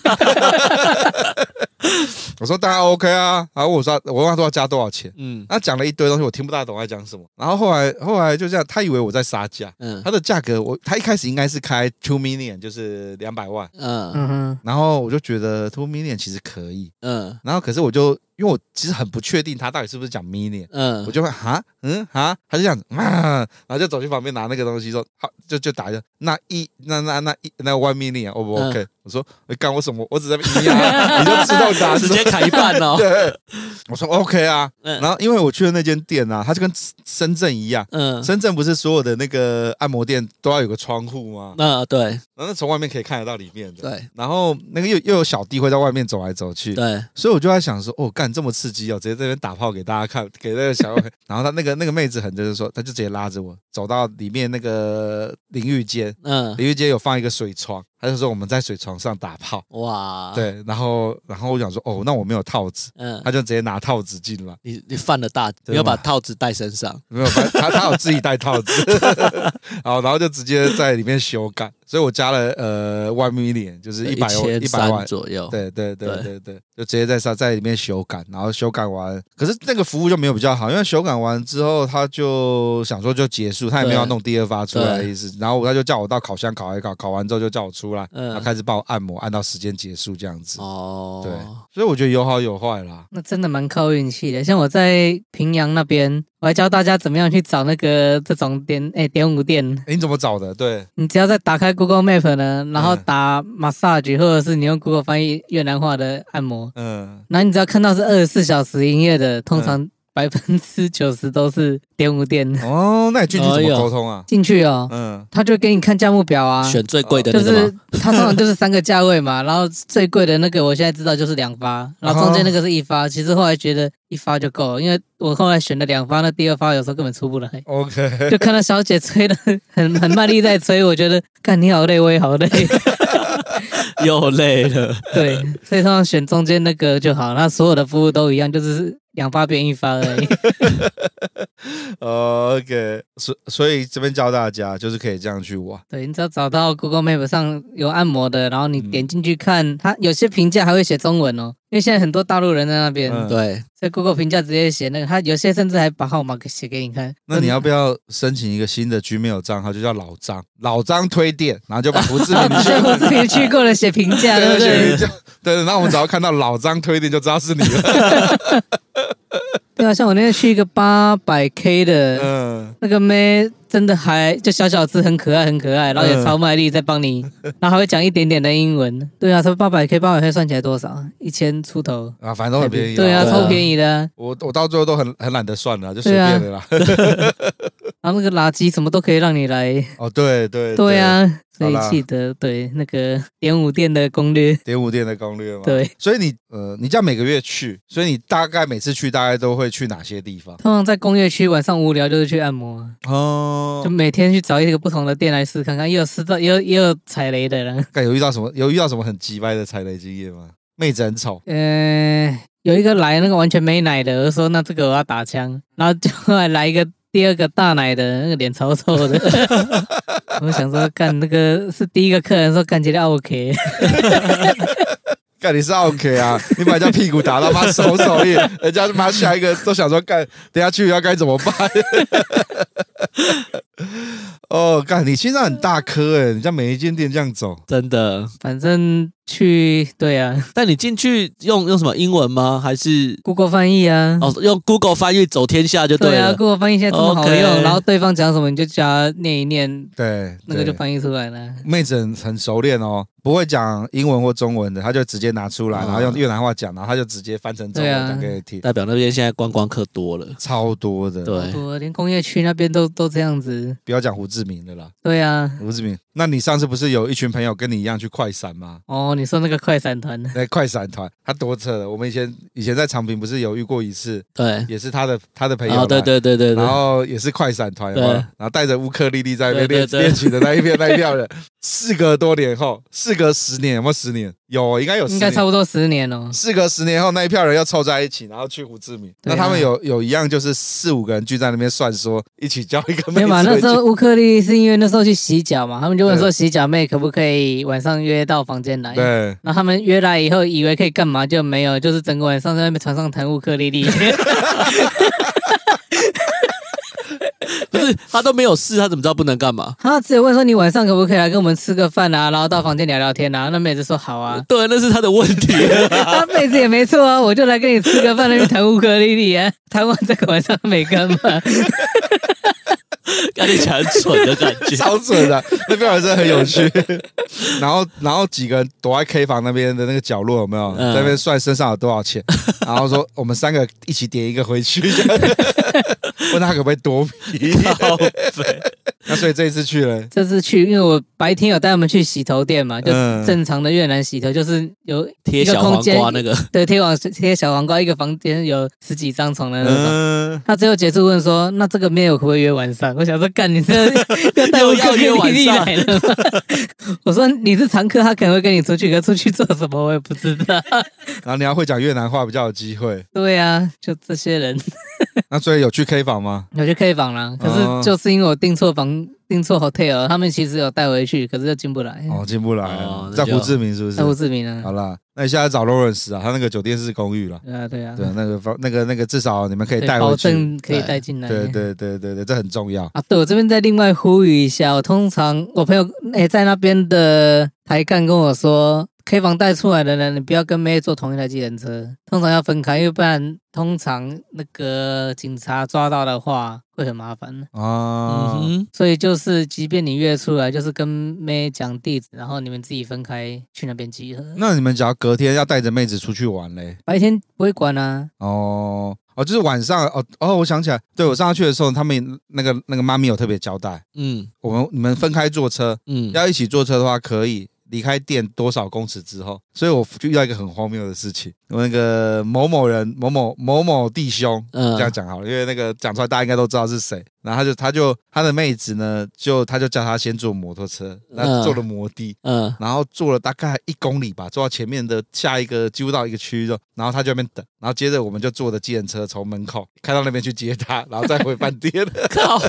我说当然 OK 啊，然后我说我问他说要加多少钱，
嗯
他讲了一堆东西，我听不大懂他讲什么。然后后来后来就这样，他以为我在杀价，
嗯
他的价格我他一开始应该是开 two million，就是两百万。
嗯
嗯哼，
然后我就觉得 two million 其实可以，
嗯
然后可是我就因为我其实很不确定他到底是不是讲 million，
嗯，
我就会哈嗯哈，他就这样子，啊，然后就走去旁边拿那个东西说好，就就打一下那一那那那一那 one million O 不
嗯
OK？、我说诶干我什么？我只在那边一啊，你 就自动打
直接砍一半哦。
对，我说 OK 啊。
嗯
然后因为我去的那间店啊，它就跟深圳一样，
嗯
深圳不是所有的那个按摩店都要有个窗户吗？
那嗯对
然后从外面可以看得到里面的。
对
然后那个又又有小弟会在外面走来走去，
对，
所以我就在想说，哦，干这么刺激哦，直接这边打炮给大家看，给那个小，然后他那个那个妹子很就是说，她就直接拉着我走到里面那个淋浴间，
嗯
淋浴间有放一个水床，她就说我们在水床上打炮，
哇，，
对，然后然后我想说，哦，那我没有套子，
嗯
她，就直接拿套子进来，
你你犯了大，
的
你要把
吗
套子带身上。
没有，反正她她有自己带套子，然后然后就直接在里面修改，所以我加了呃 one million，就是一百
千
一百万
三左右。
对对对
哦对
对对，就直接在沙在里面修改，然后修改完，可是那个服务就没有比较好，因为修改完之后他就想说就结束，他也没有要
对
弄第二发出来的
对
意思，然后他就叫我到烤箱烤一烤，烤完之后就叫我出来，
嗯
然后开始帮我按摩，按到时间结束这样子。
哦，
对，所以我觉得有好有坏啦。
那真的蛮靠运气的。像我在平阳那边，我还教大家怎么样去找那个这种点哎点舞店。
诶你怎么找的？对，
你只要再打开 Google Map 呢，然后
嗯
打 massage，或者是你用 Google 翻译越南话的按摩，
嗯，
然后你只要看到是二十四小时营业的，通
嗯
常百分之九十都是点舞店。
哦，那你进去
哎
怎么沟通啊？
进去哦，
嗯，
他就会给你看价目表啊，
选最贵的
就
哦
那个
是
吗？
他通常就是三个价位嘛，然 后最贵的那个我现在知道就是两
哦
发，然后中间那个是一发。其实后来觉得一发就够了，因为我后来选了两发，那第二发有时候根本 出不来。
OK，
就看到小姐吹的很 很卖力在吹，我觉得看你好累，我也好累。
又累了。
对，所以通常选中间那个就好，那所有的服务都一样，就是两发变一发而已。
哦 OK，所所以这边教大家就是可以这样去玩。
对，你只要找到 Google Map 上有按摩的，然后你点进去看，它有些评价还会写中文哦，因为现在很多大陆人在那边，
嗯
对，
所以 Google 评价直接写那个，它有些甚至还把号码给写给你看。
那你 要不要申请一个新的 Gmail 账号，就叫老张，老张推荐，然后就把胡志明
啊，
去
对，我自己去过了写评价，对
对
不
对
对？
对，对，那我们只要看到老张推定就知道是你了。
对啊，像我那天去一个八百 K 的
嗯，
那个妹，真的还就小小只，很可爱，很可爱，然后也超卖力在帮你，然后还会讲一点点的英文。对啊，他八百 K 八百 K 算起来多少？一千出头，
啊，反正都很便宜。
对啊，
对啊
超便宜的啊。
我我到最后都很很懒得算了，就随便的啦。
然后那个垃圾什么都可以让你来。
哦，对对
对，啊，所以
好啦
记得对那个点五店的攻略，
点五店的攻略嘛。，
对，
所以你呃，你这样每个月去，所以你大概每次去大概都会去哪些地方？
通常在工业区晚上无聊就是去按摩啊，
哦
就，每天去找一个不同的店来试看看，也有试到，也有也有踩雷的人。
看有遇到什么有遇到什么很鸡掰的踩雷经验吗？妹子很丑，
呃，有一个来那个完全没奶的，我就说那这个我要打枪，然后就后来来一个第二个大奶的，那个脸超臭 的，我想说干那个是第一个客人说感觉到 OK，
干你是 OK 啊？你把人家屁股打到妈手手硬，人家妈下一个都想说干，等下去要该怎么办？ 哦，干你心脏很大颗哎、你家每一间店这样走，
真的。
反正去对啊
但你进去用用什么英文吗？还是
，Google 翻译啊。
哦用 Google 翻译走天下就
对啊
了？
，Google 翻译现在这么好
OK
用然后对方讲什么你就叫他念一念，
对，
那个就
对
翻译出来了。
妹子很很熟练哦，不会讲英文或中文的，她就直接拿出来，
哦
然后用越南话讲，然后她就直接翻成中文
对啊
讲给你听，
代表那边现在观光客多了。
超多的。
对，
哎我连工业区那边都都这样子。
不要讲胡志明的啦，
对啊，
胡志明，那你上次不是有一群朋友跟你一样去快闪吗？
哦，你说那个快闪团，
那快闪团，他多扯了！我们以前以前在长平不是有遇过一次，
对，
也是他的他的朋友
哦，
来，
对对对对对
然，后也是快闪团，有
对
没有然后带着乌克丽丽在那边
对
练
对对
练曲的那一片那一票人，事隔多年后，事隔十年，有没有十年？有，应该有十
应
年，
该差不多十年哦。
事隔十年后，那一票人又凑在一起，然后去胡志明。
对
那
啊
他们有有一样就是四五个人聚在那边算说，一起交一个妹
没有嘛？
子
那
回
时
去。
候乌克丽是因为那时候去洗脚嘛，他们就问说
对
洗脚妹可不可以晚上约到房间来。
对，
然后他们约来以后，以为可以干嘛，就没有，就是整个晚上在那边船上弹乌克 丽丽。
不是他都没有事，他怎么知道不能干嘛？
他只有问说你晚上可不可以来跟我们吃个饭啊，然后到房间聊聊天啊。那妹子说好啊，
对，那是他的问题。
他妹子也没错啊，我就来跟你吃个饭，那边谈乌克丽丽啊，谈完这个晚上没干嘛，
感觉起来很蠢的感 觉。
超准的，那边人真的很有趣。 然后，然后几个人躲在 K 房那边的那个角落，有没有？
嗯
在那边算身上有多少钱，然后说我们三个一起点一个回去， 这样问他可不可以多皮。
靠北
那所以这一次去了，
这次去，因为我白天有带他们去洗头店嘛，就
嗯
正常的越南洗头，就是有
贴
一个
小黄
空间
瓜那个，
对贴网贴小黄瓜，一个房间有十几张床的那种。
嗯，
他最后结束问说：“那这个面友可不可以约晚上？”我想说，干你 这要带乌克丽丽来了吗？ 我说你是常客，他可能会跟你出去，可出去做什么我也不知道。
然后你要会讲越南话比较有机会。
对啊，就这些人。
那所以有去 K 房吗？
有去 K 房啦，可
哦
是就是因为我订错房、订错 hotel，他们其实有带回去，可是又进不来。
哦，进不来
哦
了，
那
在
就
胡志明是不是
在？胡志明啊
好，啦，那你现在找 Lawrence 啊，他那个酒店式公寓了。
对啊，对啊，
对，那个房那个那个，至少你们可以
对
带
保
回去。
证可以带进来。
对对对对对，这很重要。
啊，对我这边再另外呼吁一下，我通常我朋友诶、在那边的台干跟我说，K 房带出来的人，你不要跟妹坐同一台计程车，通常要分开，因为不然通常那个警察抓到的话会很麻烦。
啊，
嗯
所以就是，即便你约出来，就是跟妹讲地址，然后你们自己分开去那边集合。
那你们只要隔天要带着妹子出去玩嘞？
白天不会管啊，
哦哦，就是晚上哦哦，我想起来，对我上次去的时候，他们那个那个妈咪有特别交代，
哼，嗯
我们你们分开坐车，
嗯，
要一起坐车的话可以。离开店多少公尺之后，所以我就遇到一个很荒谬的事情。我那个某某人某某某某弟兄，
嗯
这样讲好了，因为那个讲出来大家应该都知道是谁。然后他就他就他的妹子呢，就他就叫他先坐摩托车，那
嗯
坐了摩的，
嗯
然后坐了大概一公里吧，坐到前面的下一个几乎到一个区域之后，然后他就在那边等，然后接着我们就坐的计程车从门口开到那边去接他，然后再回饭店。
靠，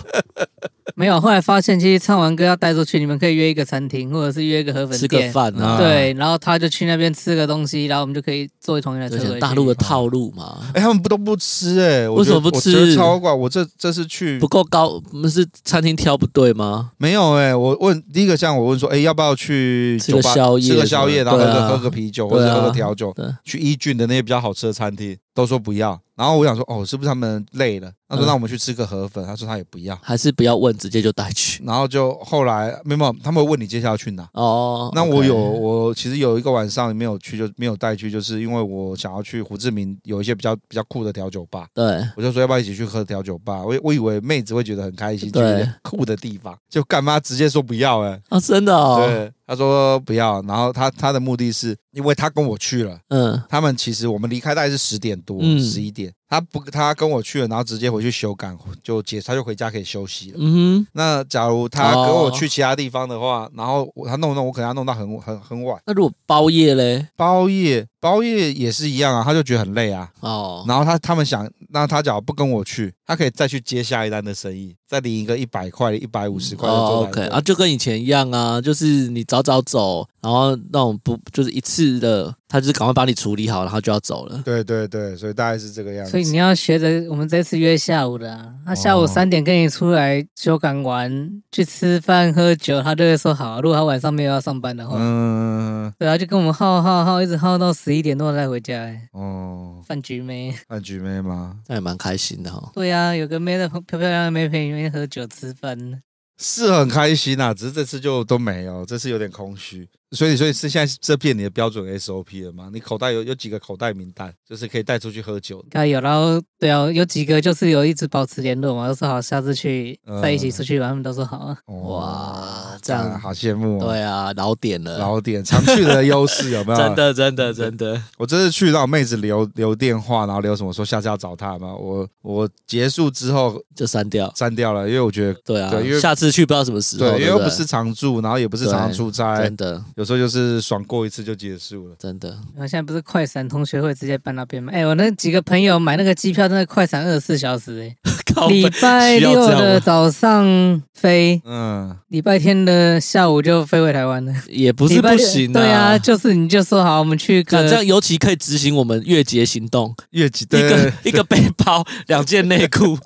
没有，后来发现其实唱完歌要带出去，你们可以约一个餐厅，或者是约一个河粉
吃个
店。
饭啊，
对，然后他就去那边吃个东西，然后我们就可以坐同一台
就
车
想
回
大
去
陆的套路嘛，
哎、他们不都不吃哎、我
为什
觉得
么不吃
我觉得超怪，我这这次去
不够高，不是餐厅挑不对吗？
没有哎、我问第一个像我问说，哎、要不要去
吃个
酒吧
宵夜
吃个宵夜，然后喝
对
个、
啊
喝个啤酒或者
对啊
喝个调酒，
对
去一郡的那些比较好吃的餐厅，都说不要。然后我想说，哦，是不是他们累了？他说
嗯
那我们去吃个河粉，他说他也不要。
还是不要问，直接就带去。
然后就后来没有没有，他们会问你接下来去哪。
哦，
那我
OK
有，我其实有一个晚上没有去，就没有带去，就是因为我想要去胡志明有一些比较比较酷的调酒吧，
对，
我就说要不要一起去喝调酒吧？我我以为妹子会觉得很开心，去一
对
些酷的地方，就干妈直接说不要哎、
啊，真的哦，
对，她说不要，然后她她的目的是因为她跟我去了。
嗯，
他们其实我们离开大概是十点多、
嗯
十一、点，她不她跟我去了，然后直接回去修改，就结她就回家可以休息了。
嗯哼，
那假如她跟
哦
我去其他地方的话，然后我她弄一弄，我可能要弄到很很很晚。
那如果包夜嘞？
包夜，包夜也是一样啊，他就觉得很累啊。
哦，
然后他他们想，那他假如不跟我去，他可以再去接下一单的生意，再领一个一百块、一百五十块的
哦
做
，OK
单
啊，就跟以前一样啊，就是你早早走，然后那种不就是一次的，他就是赶快把你处理好，然后就要走了。
对对对，所以大概是这个样子。
所以你要学着我们这次约下午的、啊，他
哦
下午三点跟你出来修港玩，去吃饭喝酒，他就会说好。如果他晚上没有要上班的
哦
话，
嗯，
对啊，就跟我们耗耗耗，一直耗到十一点多才回家、欸。
哦，
饭局妹，
饭局妹吗？
那也蛮开心的哦。
对啊，有个妹的漂漂亮亮的妹陪你们喝酒吃饭，
是很开心啊，只是这次就都没有，这次有点空虚。所以，所以是现在这变你的标准 SOP 了吗？你口袋有有几个口袋名单，就是可以带出去喝酒的？
该有。然后对啊，有几个就是有一直保持联络嘛，都说好下次去再一起出去玩，他们都说好
嗯
啊。
哇这样
哦好羡慕、哦。
对啊，老点了，
老点常去的优势有没有？
真，的，真的，真的，
我这次去让妹子留留电话，然后留什么说下次要找她嘛。我我结束之后
就删掉。
删掉了，因为我觉得
对啊，
对因为
下次去不知道什么时候，
对，因为
对
又
对
不是常住，然后也不是常常出差
真，的，
有时候就是爽过一次就结束了。
真 的，
我现在不是快闪同学会直接搬那边吗？哎、我那几个朋友买那个机票，真的快闪二十四小时、欸，
靠
礼拜
需要
六
这样
的
吗
早上飞，
嗯，
礼拜天的下午就飞回台湾了。
也不
不
是不行
对啊，
啊。
就是你就说好，我们去
那
个
这样尤其可以执行我们月结行动，
越级
一
对
个一个背包、两件 内裤、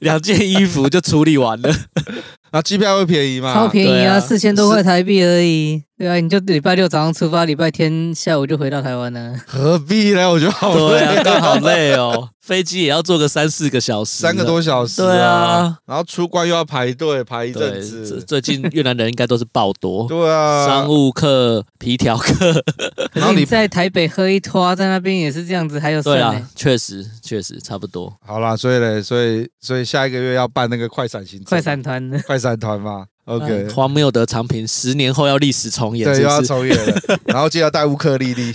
两件衣服就处理完了。
然后机票会便宜嘛？
超便宜
对
啊，
啊
四千、多块台币而已。对啊，你就礼拜六早上出发，礼拜天下午就回到台湾了。
何必呢？我觉得好
对
累
啊，刚好累哦，飞机也要坐个三四个小时，啊
三个多小时、
对
啊
啊，
然后出关又要排队排一阵
对，最
子，
最近越南人应该都是爆多，
对啊，
商务客、皮条 客，
可
然后
是
你
你在台北喝一拖，在那边也是这样子，还有剩
对
呢、
啊，确实确实差不多。
好啦，所以嘞，所以所以下一个月要办那个快闪行程，
快闪团的。
快闪团嘛，OK，
哎荒谬的长平，十年后要历史重演，
对，
是
又要
不是？
重演 了，然后接着带乌克丽 丽。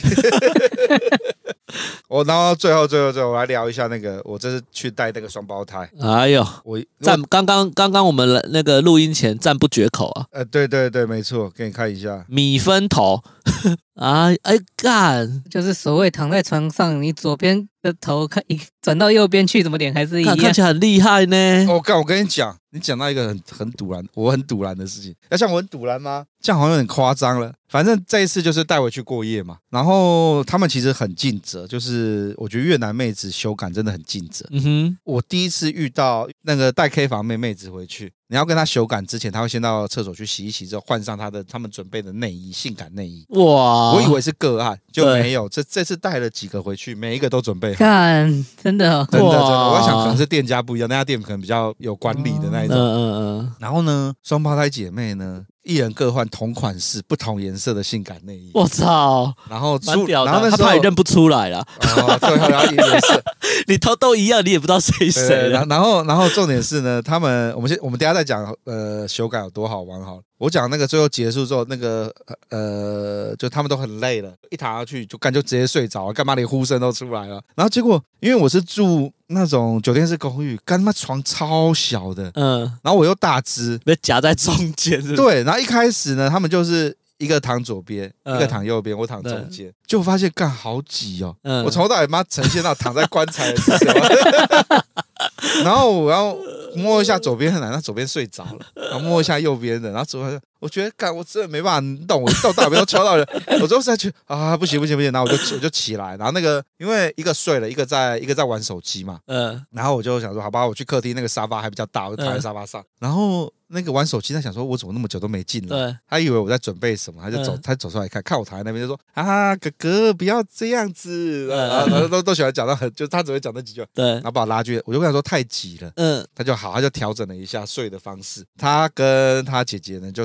我然后最后最后最后，我来聊一下那个，我这次去带那个双胞胎，
哎呦，
我
赞
我！
刚刚刚刚我们来那个录音前赞不绝口啊，
呃，对对对，没错，给你看一下，
米分头 啊，哎干，
就是所谓躺在床上，你左边的头看一转到右边去，怎么脸还是一
看看
样
起？来很厉害呢。
我、哦干，我跟你讲，你讲到一个很很堵然，我很堵然的事情。要像我很堵然吗？这样好像有点夸张了。反正这一次就是带回去过夜嘛，然后他们其实很尽责，就是我觉得越南妹子修感真的很尽责。
嗯哼，
我第一次遇到那个带 K 房妹妹子回去，你要跟她修改之前，她会先到厕所去洗一洗，之后换上她的他们准备的内衣，性感内衣。
哇，
我以为是个案，就
对
没有。这这次带了几个回去，每一个都准 备好。
看，真的哦，
真的真的，
哇
我在想可能是店家不一样，那家店可能比较有管理的那一
嗯
种。
嗯嗯，
然后呢，双胞胎姐妹呢，一人各换同款式、不同颜色的性感内衣。
我操，
然后
蛮
出，
屌
然后
的，啊
那
他
时候
怕你认不出来啦，
哦，对，然后也也是，
你头都一样，你也不知道谁
对
谁
然
了
后。然后然后重点是呢，他们我们先我们等一下再讲呃修改有多好玩好了。我讲那个最后结束之后，那个呃，就他们都很累了，一躺下去就干就直接睡着了，干嘛连呼声都出来了。然后结果因为我是住那种酒店式公寓，干他妈床超小的，
嗯，
然后我又大只，
被夹在中间是不是，
对。然后一开始呢，他们就是一个躺左边，
嗯
一个躺右边，我躺中间，就发现干好挤哦。
嗯
我从头到尾妈呈现到躺在棺材的姿势， 然后我要摸一下左边很难，那左边睡着了，然后摸一下右边的，然后左边我觉得干我真的没办法动，我到大尾都敲到人， 我最后再去啊不行不行不行，然后我就我就起来，然后那个因为一个睡了，一个在一个在玩手机嘛，
嗯
然后我就想说，好吧，我去客厅那个沙发还比较大，我就躺在沙发上。然后那个玩手机，他想说，我怎么那么久都没进来？
嗯对，
他以为我在准备什么，他就走，
嗯
他走出来看，看我躺在那边，就说啊，哥哥不要这样子，
嗯
然后然后都都喜欢讲到很，就他只会讲那几句，
对
然，后把我拉去，我就跟他说太挤了。
嗯
他就好，他就调整了一下睡的方式。他跟他姐姐呢，就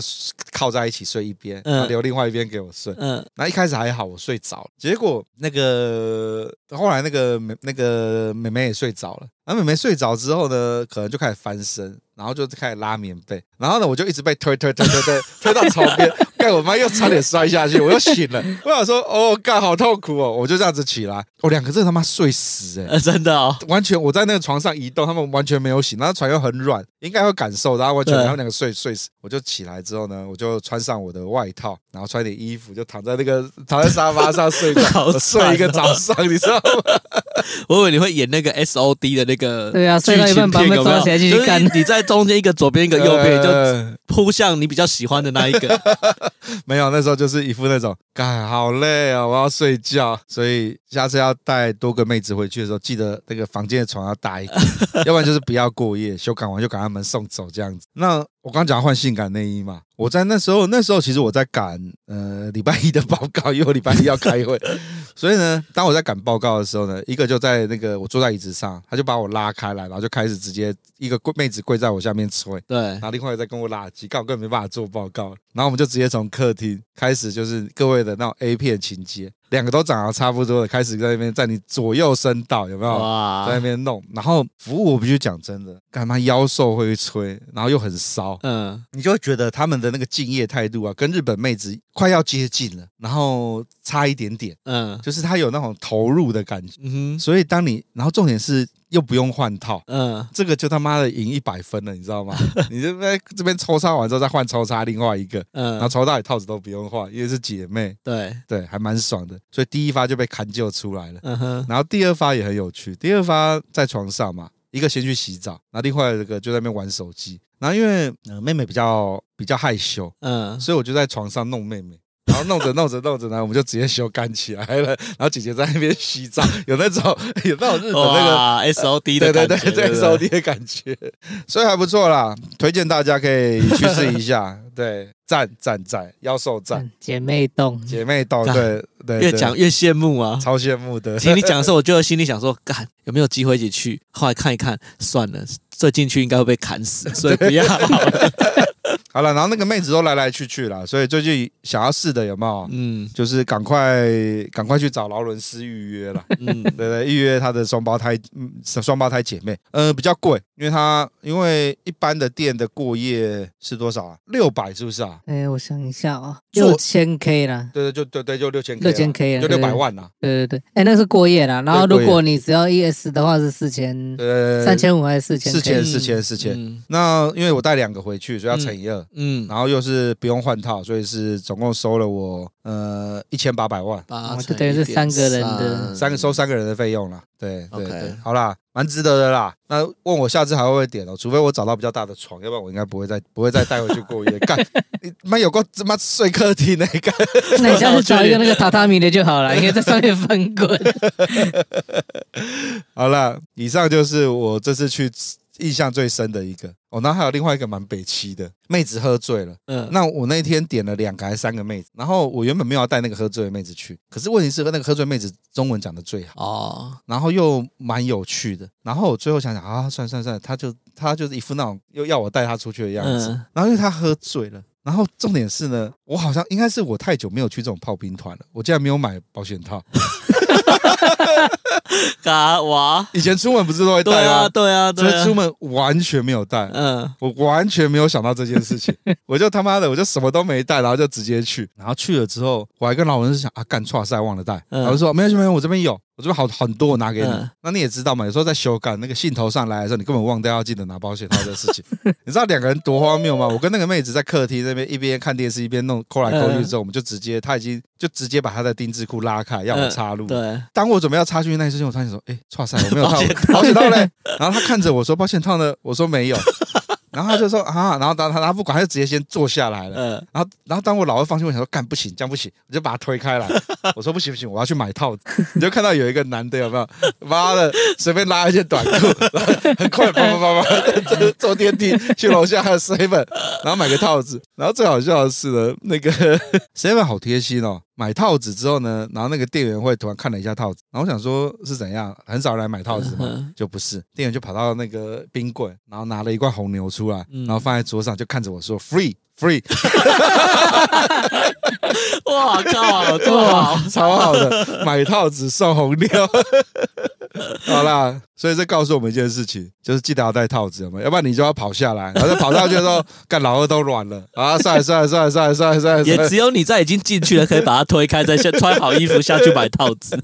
靠在一起睡一边，
嗯
然后留另外一边给我睡。
嗯
那一开始还好，我睡着了。结果那个后来那个妹那个妹妹也睡着了。然后妹妹睡着之后呢，可能就开始翻身，然后就开始拉棉被。然后呢，我就一直被推推推推推推到床边，盖我妈又差点摔下去，我又醒了。我想说，哦，干好痛苦哦，我就这样子起来，我、两个真的他妈睡死哎、
呃，真的哦，
完全我在那个床上移动，他们完全没有醒，然后床又很软，应该会感受到，然后完全
对
他们两个睡睡死。我就起来之后呢，我就穿上我的外套，然后穿点衣服，就躺在那个躺在沙发上睡觉，
好哦
我睡一个早上，你知道 吗？
我以为你会演那个 S O D 的那个
对啊睡到一半把他们抓起来继续干
干。就是你在中间一个左边一个右 边，就
呃
扑向你比较喜欢的那一个。
没有，那时候就是一副那种，干好累啊、哦，我要睡觉。所以下次要带多个妹子回去的时候，记得那个房间的床要大一点，要不然就是不要过夜，修改完就赶他们送走这样子。那我刚刚讲换性感内衣嘛，我在那时候那时候其实我在赶呃礼拜一的报告，因为我礼拜一要开会，所以呢，当我在赶报告的时候呢，一个就在那个我坐在椅子上，他就把我拉开来，然后就开始直接一个跪妹子跪在我下面吹。
对
然，后另外一个在跟我拉鸡，干我根本没办法做报告。然后我们就直接从客厅开始，就是各位的那种 A 片情节，两个都长得差不多的，开始在那边在你左右声道，有没有？哦在那
哇，
边弄。然后服务我必须讲真的，干嘛妖兽会吹，然后又很骚，
嗯，
你就会觉得他们的那个敬业态度啊，跟日本妹子快要接近了，然后差一点点，
嗯，
就是他有那种投入的感觉。
嗯哼，
所以当你，然后重点是又不用换套。
嗯，
这个就他妈的赢一百分了，你知道吗？你这边这边抽插完之后再换抽插另外一个，然后
嗯，
抽到你套子都不用换，因为是姐妹，
对，
对，还蛮爽的。所以第一发就被砍救出来了，
嗯哼，
然后第二发也很有趣。第二发在床上嘛，一个先去洗澡，然后另外一个就在那边玩手机。然后因为、呃、妹妹比较比较害羞，
嗯，
所以我就在床上弄妹妹。然后弄着弄着弄着呢，我们就直接修干起来了。然后姐姐在那边洗澡，有那种 有那种日本那个
哇，S O D 的
对对
感觉，
对，这
对不对
收，的感觉，所以还不错啦，推荐大家可以去试一下。对，赞赞赞，妖兽赞，
嗯姐妹洞，
姐妹斗，
赞
对对，
越
对
讲越羡慕啊。
超羡慕的。
其实你讲的时候，我就心里想说，干有没有机会一起去？后来看一看，算了，这进去应该会被砍死，所以不要好了。
好了，然后那个妹子都来来去去啦，所以最近想要试的有没有？
嗯
就是赶快赶快去找劳伦斯预约了，
嗯
对对，预约他的双胞胎，嗯，双胞胎姐妹，呃，比较贵，因为他因为一般的店的过夜是多少啊？六百是不是啊？
哎，我想一下啊，
做
六千 K 啦，
对对，就对对，就六千，
6000K 啊
就
对
六百万呐，
对对对，哎，那是过夜啦。然后
对过
如
夜
果你只要 ES 的话是四千，
对对对，
三千五还是四千？
4000
嗯
四千四千
嗯
呃那因为我带两个回去，所以要乘以二、
嗯，
然后又是不用换套，所以是总共收了我呃一千八百万，
八
哦
乘
就等于是
1.3
三个人的
三个收三个人的费用啦。对对
OK
对，好啦，蛮值得的啦。那问我下次还会不会点哦？除非我找到比较大的床，要不然我应该不会再不会再带回去过 夜。干，你妈有够他妈睡客厅那干。
那你 下次找一个那个榻榻米的就好了，因为在上面翻滚。
好了，以上就是我这次去印象最深的一个。哦，然后还有另外一个蛮北七的，妹子喝醉了。
嗯
那我那天点了两个还是三个妹子，然后我原本没有要带那个喝醉的妹子去，可是问题是那个喝醉妹子中文讲的最好，
哦，
然后又蛮有趣的，然后我最后想想啊，算了算了算了，她就她就是一副那种又要我带她出去的样子，
嗯
然后因为她喝醉了。然后重点是呢，我好像应该是我太久没有去这种炮兵团了，我竟然没有买保险套，
嘎哇！
以前出门不是都会
对
带
啊，
吗？
对啊，对
所
啊
以出，门完全没有带，
嗯，
我完全没有想到这件事 情，我就他妈的我就什么都没带，然后就直接去，然后去了之后，我还跟老文是想啊，干错赛忘了带，
嗯
老文说没有没有，我这边有，我这边好很多，我拿给你
嗯。
那你也知道嘛，有时候在修改那个信头上来的时候，你根本忘掉要记得拿保险套的事情， 你知道两个人多荒谬吗？我跟那个妹子在客厅那边一边看电视一边弄抠来抠
嗯
去之后，我们就直接她已经就直接把她的丁字裤拉开要我插入，
对，
当我准备要插进去那一瞬间，我突然想说：“哎、欸，哇塞，我没有套保险套嘞！”然后他看着我说：“保险套呢？”我说：“没有。”然后他就说：“啊！”然后他他他不管，他就直接先坐下来了。
嗯，
然后然后当我老二放心，我想说：“干不行，这样不行！”我就把他推开来，我说：“不行不行，我要去买套子。”你就看到有一个男的有没有？妈的，随便拉一件短裤，然后很快叭叭叭叭，就坐电梯去楼下的 seven，然后买个套子。然后最好笑的是呢，那个 seven 好贴心哦，买套子之后呢，然后那个店员会突然看了一下套子，然后我想说是怎样，很少人来买套子嘛，就不是，店员就跑到那个冰柜，然后拿了一罐红牛出来，然后放在桌上，就看着我说 free free，
哇靠，这么好，
超好的，买套子送红牛。 好啦，所以这告诉我们一件事情，就是记得要戴套子，有没有？要不然你就要跑下来，然后再跑上去的时候，干老二都软了啊！算了算了算了算了算了算了，
也
算了
只有你在已经进去了，可以把它推开，再先穿好衣服下去买套子。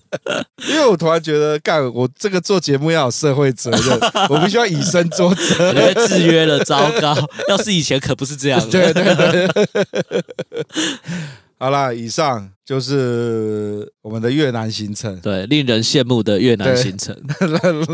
因为我突然觉得，干我这个做节目要有社会责 任，我必须要以身作则
你。被制约了，糟糕！要是以前可不是这样。
对对对。 好啦，以上就是我们的越南行程。
对，令人羡慕的越南
对
行程，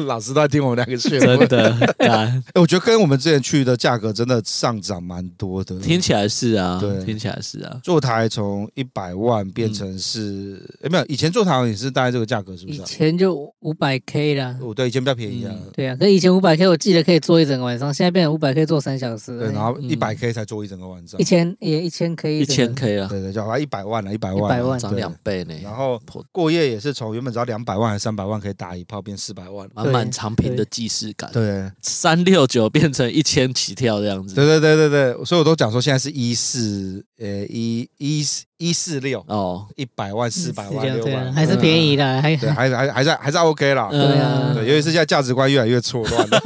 老师都在听我们两个炫
真
目。
的，干
欸我觉得跟我们之前去的价格真的上涨蛮多的。
听起来是啊
对，
听起来是啊，
坐台从一百万变成是，诶没有，以前坐台好像也是大概这个价格，是不
以
是、啊？
前就五百 K 啦。
哦，对，以前比较便宜啊。
对啊，可以前五百 K 我记得可以坐一整个晚上，现在变成五百 K 坐三小时。哎
对，然后一百 K 才坐一整个晚上
一。千也一千 K
一
嗯一整
千
个
K 啊，
对对，就好像一百万了，一百万啊，
100万
涨
对
两倍呢，
然后过夜也是从原本只要两百万还是三百万可以打一炮变四百万。
满满长平的既视感，
对
三六九变成一千起跳这样子。
对对对对对，所以我都讲说现在是一四呃一一一四六，
哦，
一百万四百万
是
六
这样对
万
啊，还是便宜啦，还
啊
对，还还还是还是 OK 啦。
嗯
对啊
对，尤其是现在价值观越来越错乱了。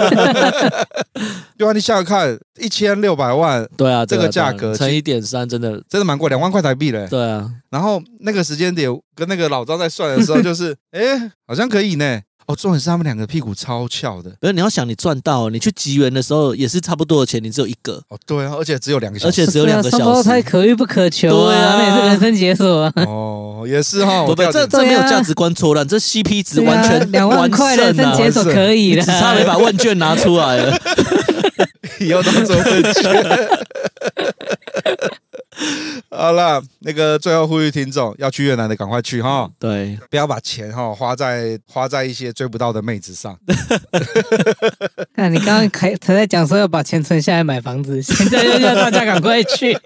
对啊，你想想看，一千六百万
对啊，
这
对啊
个价
对啊
格
乘
其实
一点三，真的，
真的蛮贵，两万块台币嘞。
对啊，
然后那个时间点跟那个老张在算的时候，就是哎，好像可以呢。哦，重点是他们两个屁股超翘的。
不是你要想，你赚到，你去集援的时候也是差不多的钱，你只有一个，
哦，对啊，而且只有两个小
而
时。
且只有两个
啊双胞
小
胎
时。
可遇不可求
对啊
啊，那也是人生解锁啊。
哦，也是哈，
不
我
不，
掉
这
进
这没有
对啊
价值观错乱，这 CP 值
对
完
啊
全
两万块
完
人
胜
生
啊
解锁可以
只
啦，
差没把问卷拿出来了。
以哦后都做问卷。好了，那个最后呼吁听众，要去越南的赶快去哈，
对，
不要把钱哈花在花在一些追不到的妹子上。
看你刚刚才才在讲说要把钱存下来买 房子，现在就叫大家赶快去，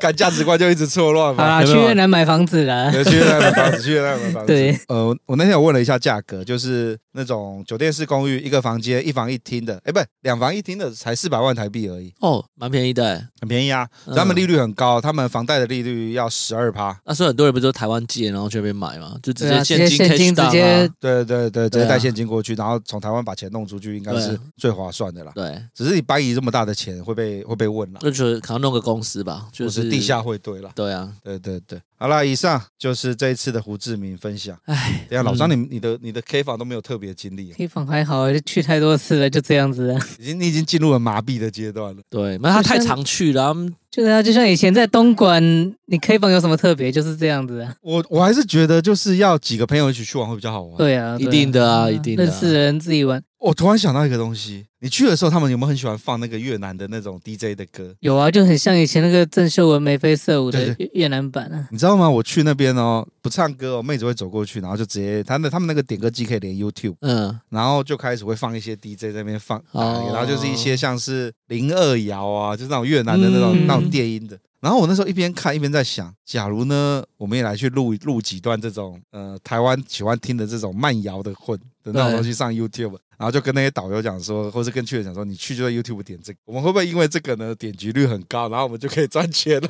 感价值观就一直错乱
好
嘛。
啦，
有
去
没有
越，南买房子啦。
对去越南买房子，去越南买房子。
对，
呃，我我那天有问了一下价格，就是那种酒店式公寓，一个房间一房一厅的，哎，不，两房一厅的才四百万台币而已，
哦，蛮便宜的欸。
很便宜啊。
嗯
他们利率很高，他们房贷的利率要十二趴。
那所以很多人不是都台湾借，然后去那边买嘛，就直
对
接
啊
现
直接现
cash
金
down 啊
直接
对对对，直接
对啊
带现金过去，然后从台湾把钱弄出去，应该
对
是最划算的啦。
对，
只是你搬移这么大的钱会被会被问啦，
就觉得可能弄个公司吧，就
或是地下。汇兑啦。
对啊，
对对对，好啦，以上就是这一次的胡志明分享。
唉，
等一下老张，你你的你的 K 房都没有特别经历啊，
K 房还好，就去太多次了，就这样子了。
已经你已经进入了麻痹的阶段了。
对，那他
就
太
像
常去了，他们
就是啊，就像以前在东莞，你 K 房有什么特别，就是这样子啊。
我我还是觉得就是要几个朋友一起去玩会比较好玩。，
对啊，
一
对啊
定的啊，一定的啊。
认识的人自己玩。
我突然想到一个东西，你去的时候他们有没有很喜欢放那个越南的那种 DJ 的歌？
有啊，就很像以前那个郑秀文眉飞色舞的
对
越越南版啊。
你知道吗？我去那边哦，不唱歌哦，妹子会走过去，然后就直接他那他们那个点歌机可以连 YouTube，
嗯，
然后就开始会放一些 DJ 在那边放，打那个
哦
然后就是一些像是零二摇啊，就是那种越南的那种、
嗯
那种电音的。然后我那时候一边看一边在想，假如呢，我们也来去录录几段这种呃台湾喜欢听的这种慢摇的混的那种
对
东西上 YouTube，然后就跟那些导游讲说，或是跟去的讲说，你去就在 YouTube 点这个，我们会不会因为这个呢点击率很高，然后我们就可以赚钱了？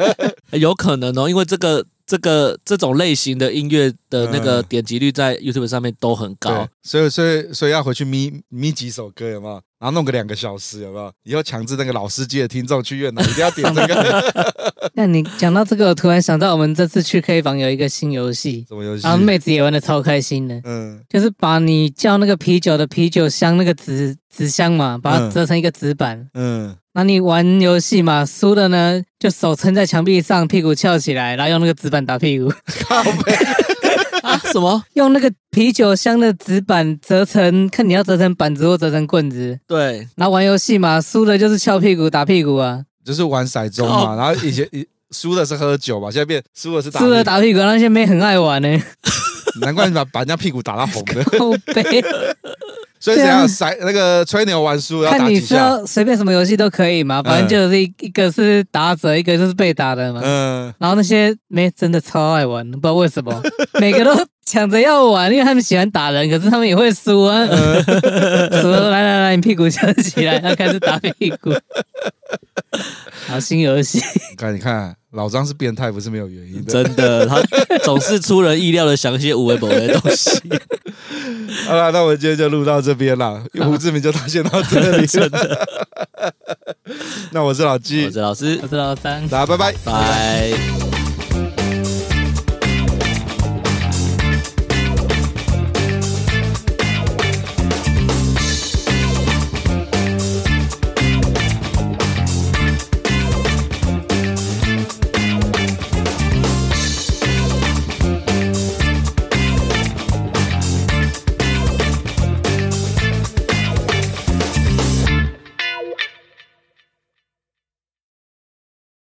欸有可能哦，因为这个这个这种类型的音乐的那
嗯
个点击率在 YouTube 上面都很高
对。，所以所以所以要回去咪咪几首歌有没有？然后弄个两个小时有没有？以后强制那个老司机的听众去越南一定要点这 个
那你讲到这个，我突然想到我们这次去 K 房有一个新游戏，
什么游戏
然？后啊妹子也玩的超开心的，
嗯，
就是把你叫那个啤酒的啤酒箱那个纸纸箱嘛，把
嗯
它折成一个纸板。
嗯，
那、你玩游戏嘛，输的呢就手撑在墙壁上，屁股翘起来，然后用那个纸板打屁股，
靠背，
啊？ 什么？
用那个啤酒箱的纸板折成，看你要折成板子或折成棍子。
对，
然后玩游戏嘛，输的就是翘屁股打屁股啊，
就是玩骰盅嘛。然后以前以输的是喝酒嘛，现在变输的是打
输了
屁，
打屁股，那些妹很爱玩呢、
难怪你把把人家屁股打到红 的。
后背。
所以怎样
对啊
骰那个吹牛玩输要打
看你
几
是
下？
要随便什么游戏都可以嘛，反正就是一一个是打者，一个就是被打的嘛。
嗯，
然后那些没真的超爱玩，不知道为什么，每个都抢着要玩，因为他们喜欢打人，可是他们也会输啊。输了来来来，你屁股翘起来，然后开始打屁股。好，新游戏，
你看你看，老张是变态不是没有原因的。
真的，他总是出人意料的想一些无微不微的东 西，
好啦，那我们今天就录到这边啦。胡志明就到先到这里，真的。那我是老纪
我，是老师
我，是老三。
大家拜拜。
拜。